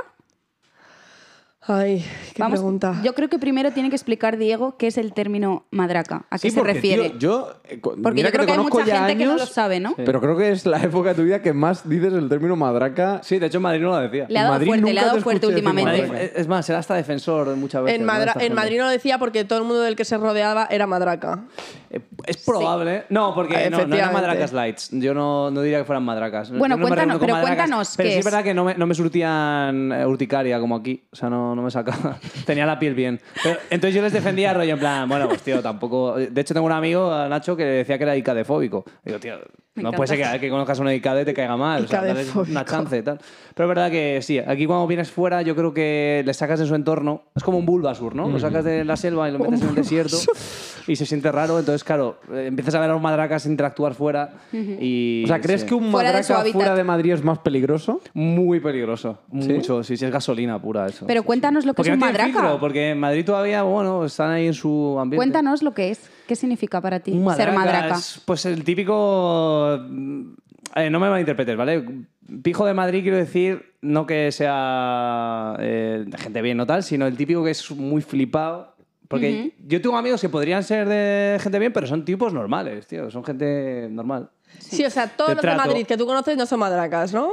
Ay, qué
Vamos,
pregunta.
Yo creo que primero tiene que explicar Diego qué es el término madraca, a qué se
porque,
refiere.
tío, yo, eh, co-
Porque
mira
yo creo
te
que hay
conozco
mucha
ya
gente que no
años,
lo sabe, ¿no?
Pero creo que es la época de tu vida que más dices el término madraca.
Sí, de hecho en Madrid no lo decía.
Le ha dado
Madrid
fuerte, le
nunca
ha dado
te
fuerte
escuché decir
últimamente.
madraca.
Es más, será hasta defensor muchas veces.
En,
¿no?
Madra-
Esta
en
gente.
Madrid no lo decía porque todo el mundo del que se rodeaba era madraca.
Eh, Es probable. ¿eh? No,
Ah,
porque no, no eran
efectivamente.
madracas lights. Yo no, no diría que fueran madracas.
Bueno,
Yo no me
cuéntanos-
reúno con
pero
madracas,
cuéntanos
Pero
qué
sí es
es.
verdad que no me, no me surtían eh, urticaria como aquí. O sea, no, no, no me sacaba. Tenía la piel bien. Pero, entonces yo les defendía rollo en plan, bueno, pues tío, tampoco... De hecho tengo un amigo, Nacho, que decía que era icadefóbico. Digo, tío,
Me
no
encanta.
puede ser que, que conozcas a un icade y te caiga mal. O sea, dale una
Icadefóbico.
chance y tal. Pero es verdad que sí, aquí cuando vienes fuera yo creo que le sacas de su entorno. Es como un Bulbasur, ¿no? Lo sacas de la selva y lo metes en el desierto y se siente raro. Entonces, claro, eh, empiezas a ver a los madracas interactuar fuera y...
O sea, ¿crees
sí.
que un
Fuera de su
madraca
hábitat.
fuera de Madrid es más peligroso?
Muy peligroso. Mucho, sí, sí, es gasolina pura eso.
Pero
Sí,
cuéntanos
sí.
lo que
Porque
es
no
un
tiene
madraca.
filtro, porque en Madrid todavía, bueno, están ahí en su ambiente.
Cuéntanos lo que es. ¿Qué significa para ti
Un
ser madraca?
es, pues el típico... eh, no me malinterpretes, ¿vale? Pijo de Madrid quiero decir no que sea eh, gente bien o tal, sino el típico que es muy flipado. Porque yo tengo amigos que podrían ser de gente bien, pero son tipos normales, tío. Son gente normal.
Sí, o sea, todos
Te
los
trato.
de Madrid que tú conoces no son madracas, ¿no?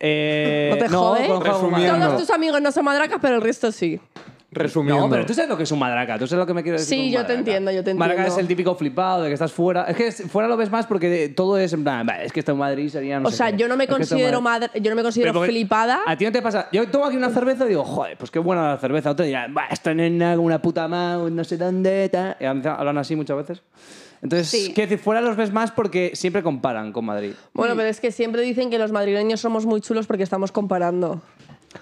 Eh,
¿No te jode?
conozco a un-
Resumiendo.
Todos tus amigos no son madracas, pero el resto sí.
Resumiendo.
No, pero tú sabes lo que es un madraca, tú sabes lo que me quiero decir.
Sí,
con un
yo te
madraca.
entiendo, yo te
Madraca
entiendo.
es el típico flipado de que estás fuera. Es que es- fuera lo ves más porque de- todo es en plan, "Bah, es que está en Madrid sería no
o
sé
sea,
qué".
yo no me
Es que está en
considero
Madrid".
madra- yo no me
Pero
considero
porque
flipada.
A ti no te pasa. Yo tomo aquí una cerveza y digo, joder, pues qué buena la cerveza. Otro dirá, "Bah, esta nena como una puta más, no sé dónde. ta". Y hablan así muchas veces. Entonces,
Sí.
quiero decir, fuera los ves más porque siempre comparan con Madrid.
Bueno, pero es que siempre dicen que los madrileños somos muy chulos porque estamos comparando.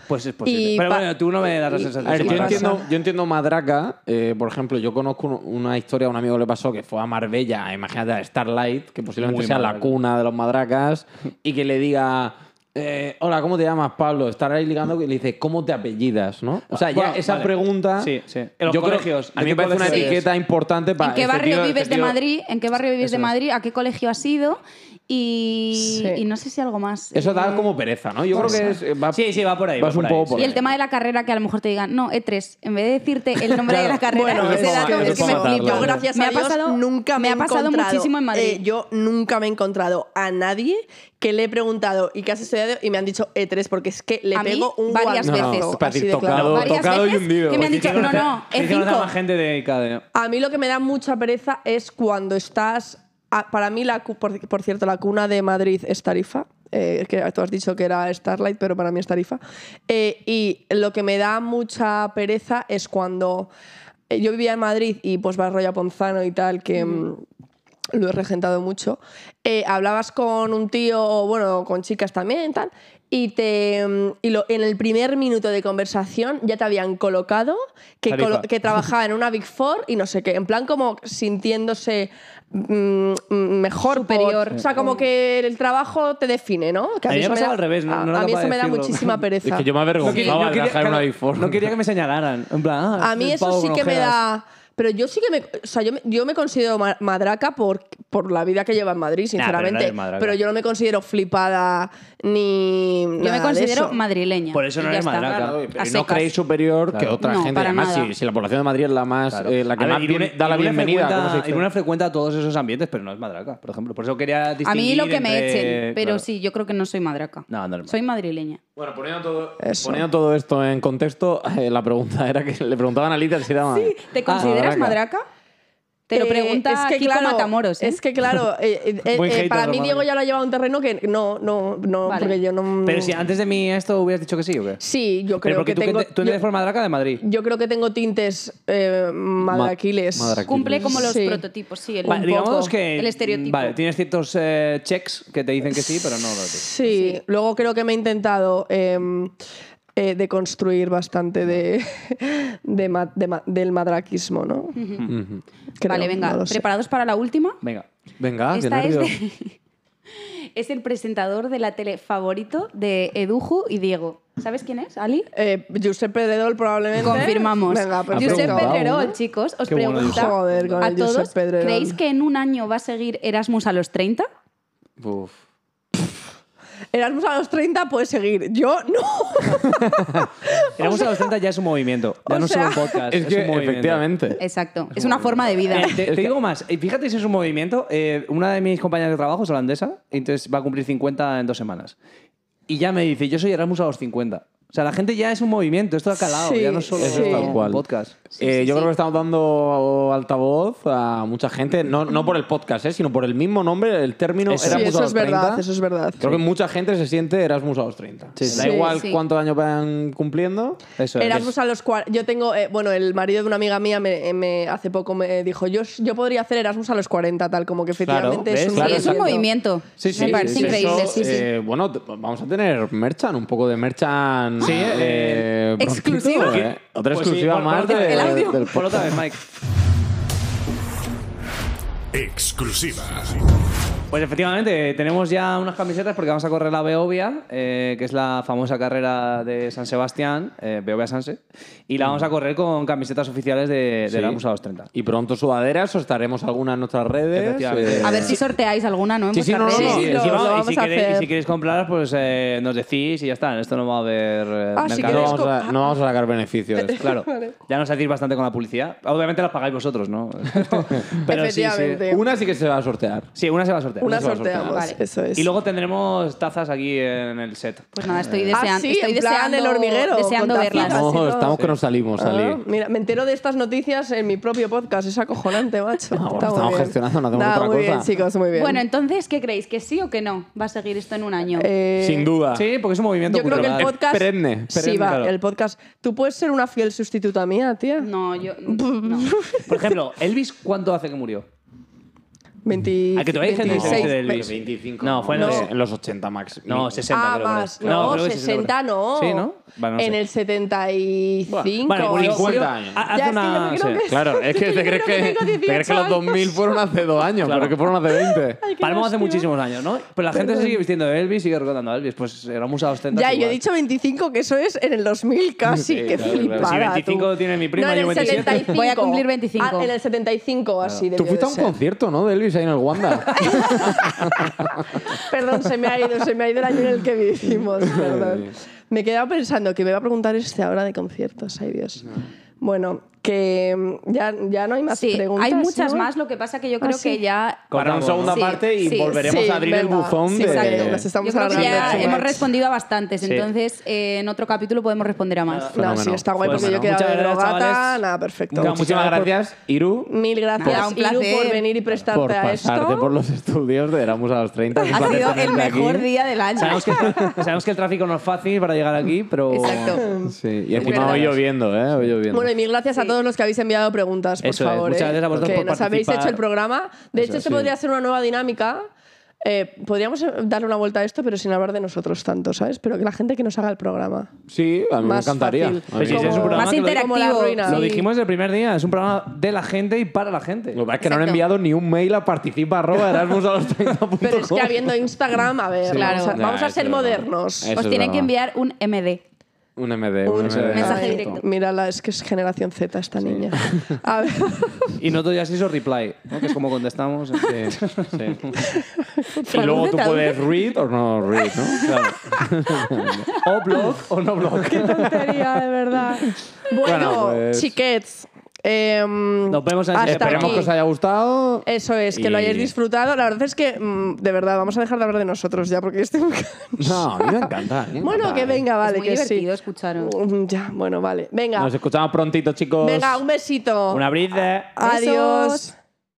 Pues es posible.
Y
Pero
pa-
bueno, tú no me das la
y-
sensación.
A ver,
de
Sí,
yo
madraca.
pasa.
entiendo, yo entiendo Madraca. eh, por ejemplo, yo conozco un- una historia a un amigo que le pasó que fue a Marbella, imagínate, a Starlight, que posiblemente
Muy
sea la
madraca.
cuna de los madracas, y que le diga. eh, hola, ¿cómo te llamas, Pablo? Estar ahí ligando y le dice, ¿cómo te apellidas? ¿no? O sea,
Bueno,
ya esa
vale.
pregunta.
Sí, sí. En los
yo creo-
colegios,
a mí
¿de
me
qué
parece una
colegio eres?
etiqueta importante para.
¿En qué
este
barrio
tío- este
vives de
tío-
Madrid? ¿En qué barrio vives de Madrid? ¿A qué colegio has ido? Y,
Sí.
y no sé si algo más.
Eso
eh,
da como pereza, ¿no? Yo creo que es, eh, va,
Sí, sí, va por ahí.
vas
va por
un
ahí,
poco
sí.
por
Y
ahí.
el tema de la carrera, que a lo mejor te digan, no, E3, en vez de decirte el nombre de la carrera,
Bueno,
ese
es
dato
como-
es
es
que me
como-
flipa.
yo, gracias
me
a
ha
Dios,
pasado,
nunca me,
me
he
ha pasado
encontrado-
muchísimo en Madrid.
eh, yo nunca me he encontrado a nadie que le he preguntado y que has estudiado y me han dicho E3 porque es que le
A mí,
pego un
varias
guantazo,
veces.
No, para
así
decir,
de claro.
tocado,
Varias
tocado y
veces
hundido.
que me han dicho, no, no, E
Es que no da más
E5.
gente de cadena.
A mí lo que me da mucha pereza es cuando estás. a- para mí, la, cu- por, por cierto, la cuna de Madrid es Tarifa. eh, que tú has dicho que era Starlight, pero para mí es Tarifa. Eh, y lo que me da mucha pereza es cuando. eh, Yo vivía en Madrid y pues vas rollo a Ponzano y tal, que. mm, lo he regentado mucho, eh, hablabas con un tío, o, bueno, con chicas también, tal, y, te, mm, y lo- en el primer minuto de conversación ya te habían colocado que,
Tarifa.
colo- que trabajaba en una Big Four y no sé qué, en plan como sintiéndose mm, mm, mejor. por-
Superior.
o sea, como que el trabajo te define, ¿no? Que
Eh, A mí me
eso
pasaba
da-
al revés, no-
a-
no era
a mí
capaz
eso
de
me da
decirlo.
muchísima pereza.
Es que yo me avergonzaba de trabajar en una Big Four.
no quería que me señalaran. En plan, ah,
A mí
el
eso
pavo
sí
con
que me
ojeras.
da... Pero yo sí que me... O sea, yo me, yo me considero ma- madraca por, por la vida que lleva en Madrid,
Nah, pero no eres
sinceramente.
madraca.
pero, yo no me considero flipada ni...
Yo me considero madrileña.
Por eso no
y ya
eres
está.
madraca.
Claro,
A
pero no
secas.
creéis superior que
Claro.
otra
No,
gente.
para
Además,
nada.
si, si la población de Madrid es la más,
Claro.
eh, la que
A ver,
más
Irune-
bien da la
Irune
bienvenida.
frecuenta-
¿cómo se dice?
Irune frecuenta todos esos ambientes, pero no es madraca, por ejemplo. Por eso quería distinguir
A mí lo que me
entre-
echen, pero
claro.
sí, yo creo que no soy madraca.
No, normal.
Soy madrileña.
Bueno, poniendo todo,
Eso.
poniendo todo esto en contexto, eh, la pregunta era que le preguntaban a Lita si era Sí,
Ah,
¿Te consideras madraca? Te
Eh,
lo pregunta Kiko Matamoros. ¿eh?
Es que claro, eh, eh, eh,
Buen
eh,
hater,
para mí
Román.
Diego ya lo ha llevado a un terreno que no, no, no,
Vale.
porque yo no...
Pero si antes de mí esto hubieras dicho que sí o qué.
Sí, yo creo
pero porque
que
tú,
tengo...
que te- tú
yo-
eres por madraca de Madrid.
yo, creo que tengo tintes eh, madraquiles.
madraquiles.
Cumple como los
Sí.
prototipos, sí. El,
Vale, digamos
poco,
que.
el estereotipo.
Vale, tienes ciertos eh, checks que te dicen que sí, pero no lo tienes.
Sí, luego creo que me he intentado em, eh, deconstruir bastante de, de ma- de ma- del madraquismo, ¿no? Creo,
vale, venga.
no lo sé.
¿Preparados para la última?
Venga.
Venga,
Esta es,
nervio.
de- es el presentador de la tele favorito de Eduju y Diego. ¿Sabes quién es, Ali?
Eh, Giuseppe Pedrerol probablemente.
Confirmamos.
Venga, perfecto.
Josep
preguntado,
Pedrerol,
¿no?
chicos, os
Qué bueno,
pregunta
Josep. Joder, con
a
el Josep
todos,
Pedrerol.
¿creéis que en un año va a seguir Erasmus a los 30?
Uf.
Erasmus a los 30 puedes seguir. Yo no.
Erasmus a los 30 ya es un movimiento. Ya
o
no solo un
sea-
podcast.
Es que,
un movimiento.
efectivamente.
Exacto, es una forma de vida.
Eh, te, te digo más, eh, fíjate si es un movimiento. eh, una de mis compañeras de trabajo es holandesa, y entonces va a cumplir 50 en dos semanas. Y ya me dice, yo soy Erasmus a los 50. O sea, la gente ya es un movimiento, esto ha calado,
Sí,
ya no es solo
Eso es
un
tal
cual.
podcast.
Eh,
sí,
yo
sí.
creo que estamos dando altavoz a mucha gente, no, no por el podcast, eh, sino por el mismo nombre, el término
Eso.
Erasmus
Sí,
a
eso
los
es verdad,
30.
eso es verdad.
Creo que mucha gente se siente Erasmus a los 30.
Sí.
Da
Sí,
igual
sí.
cuántos años van cumpliendo.
Eso es.
Erasmus a los cuarenta. Yo tengo, eh, bueno, el marido de una amiga mía me, eh, me- hace poco me dijo, yo, yo podría hacer Erasmus a los cuarenta, tal como que
Claro,
efectivamente
¿ves?
es un
Claro,
sí, es un
exacto.
movimiento. Me parece
sí,
increíble,
Eso,
sí, sí.
eh, bueno, t- vamos a tener Merchan, un poco de Merchan.
Sí, eh,
eh, prontito,
exclusiva.
eh. Otra
Pues sí,
exclusiva
pon-
más
ponte
de-
el audio.
del
Pon otra vez, Mike.
Exclusiva.
Pues efectivamente, eh, tenemos ya unas camisetas porque vamos a correr la Beovia, eh, que es la famosa carrera de San Sebastián, eh, Beovia Sanse, y la vamos a correr con camisetas oficiales de,
Sí.
de Erasmus a los 30.
Y pronto sudaderas, os estaremos alguna en nuestras redes. eh,
Efectivamente.
A ver si sorteáis alguna, ¿no? En
Sí, sí,
vuestras
no,
redes.
no, no.
y,
lo-
encima,
lo
y
vamos
si
a
queréis, y
hacer.
si queréis comprarlas, pues eh, nos decís y ya está. Esto no va a haber eh,
Ah, si
mercado.
No
queréis
vamos, a, no vamos a sacar beneficio de esto.
Claro, ya nos hacéis bastante con la publicidad. Obviamente las pagáis vosotros, ¿no? Pero sí, sí.
Efectivamente.
Una sí que se va a sortear.
Sí, una se va a sortear.
Una
se va a
sorteamos,
sortear. Vale.
eso es.
Y luego tendremos tazas aquí en el set.
Pues nada, estoy
Ah,
deseando,
sí,
estoy
en plan
deseando,
el hormiguero,
deseando
con
verlas.
tacitas.
No,
Casi todo.
estamos que nos salimos,
Ah,
Ali.
mira, me entero de estas noticias en mi propio podcast, es acojonante, macho.
Ah, bueno,
Está muy
estamos
bien.
gestionando, no hacemos
Nada,
otra
muy
cosa.
bien, chicos, muy bien.
Bueno, entonces, ¿qué creéis? ¿Que sí o que no? ¿Va a seguir esto en un año?
Eh,
Sin duda.
Sí, porque es un movimiento
Yo creo que el
cultural.
podcast.
perenne,
sí,
perenne,
va,
claro.
el podcast. ¿Tú puedes ser una fiel sustituta mía, tía?
No, yo... no.
Por ejemplo, Elvis, ¿cuánto hace que murió?
20,
Ah, que todavía hay gente que se
26,
dice del Elvis.
25.
No, fue en
no.
los-
en los 80 máximo.
No, 60.
Ah,
creo que
más.
era.
No,
creo que
60 no.
Sí, ¿no? Vale, no
en
sé.
el 75.
Vale,
o
pues
algo así.
50 años.
Ha- hace
Ya, es que
una-
yo me creo
sí.
que-
Claro, es que
Yo
te crees
creo que
que,
tengo
te crees que los
18
2000 fueron hace dos años,
Claro.
pero que fueron hace 20.
Palmo hace muchísimos años, ¿no? Pero la gente se sigue vistiendo de Elvis, sigue recordando a Elvis. Pues éramos a los 30.
Ya, yo he
igual.
dicho 25, que eso es en el 2000 casi, que
claro, claro.
flipada.
Si 25
tú.
tiene mi prima,
no, en
yo
el
27.
75.
Voy a cumplir 25.
Ah, en el 75, así.
Tú
debió
fuiste a
de
un
ser.
concierto, ¿no? De Elvis ahí en el Wanda.
Perdón, se me ha ido, se me ha ido el año en el que vivimos, perdón. Me he quedado pensando que me va a preguntar este ahora de conciertos, ay Dios. Bueno, que mm, ya, ya no hay más
Sí,
preguntas.
hay muchas
¿no? Ah,
más, lo que pasa que yo creo
sí.
que ya...
Para una
Cortamos,
segunda
¿no?
parte y
Sí, sí,
volveremos
sí,
a abrir el
verdad.
buzón
Sí,
de...
exacto, nos
Yo
estamos
creo que
hablando
ya
de-
hemos respondido a bastantes,
Sí.
entonces eh, en otro capítulo podemos responder a más.
No,
Fenómeno.
sí, está guay
Pues
porque yo
bueno,
quedaba de
muchas gracias,
drogata,
chavales.
nada, perfecto.
Muchas
Muchísimas gracias, Iru,
Mil
Nada,
gracias,
un
Iru, por
placer.
venir y prestarte
por
a
pasarte
esto.
por los estudios de Erasmus a los 30. Un
Ha
placer
sido el
tenerte aquí.
mejor día del año.
Sabemos que, sabemos que el tráfico no es fácil para llegar aquí, pero.
Exacto.
Sí, y encima
verdad.
hoy lloviendo, ¿eh? Hoy lloviendo.
Bueno, y mil gracias a todos los que habéis enviado preguntas, por
Eso es.
favor.
Muchas
¿eh?
gracias a vosotros
que
por
nos habéis
participar.
hecho el programa. De
Eso
hecho,
es,
esto
sí.
podría ser una nueva dinámica. Eh, podríamos eh, darle una vuelta a esto, pero sin hablar de nosotros tanto, ¿sabes? Pero que la gente que nos haga el programa.
Sí, a mí me
Más
encantaría.
fácil.
A mí
Pues sí, sí, es un
me encantaría.
programa
Más
que lo-
interactivo.
como la ruina.
Lo
Sí.
dijimos desde el primer día, es un programa de la gente y para la gente.
Lo que pasa es que no han
Exacto.
enviado ni un mail a participa arroba Erasmus a los 30.
Pero es que habiendo Instagram, a ver,
Sí.
vamos, a,
Claro.
vamos a
Nah,
ser
eso no.
modernos.
Eso
Os
es
tienen
verdad.
que enviar un MD.
Un MD, un MD.
Mensaje
Ay,
directo.
Mírala, es que es generación Z esta niña. A ver,
Y nosotros ya se hizo reply, ¿no? que es como contestamos.
Sí, sí. y luego tú puedes read o no read, ¿no?
o blog o no blog.
tontería, de verdad. Bueno,
Bueno, pues-
chiquets. em,
Nos vemos en el
hasta
siguiente.
Esperemos
aquí.
que os haya gustado.
Eso es, que lo
Y-
hayáis disfrutado. La verdad es que, mm, de verdad, vamos a dejar de hablar de nosotros ya, porque estoy muy
No, a mí me encanta. a mí me
Bueno,
encanta.
que venga, vale,
es muy
que
divertido
sí.
escucharos.
Mm, Ya, bueno, vale. Venga,
Nos escuchamos prontito, chicos.
venga, un besito.
Una brisa.
Adiós.
Besos.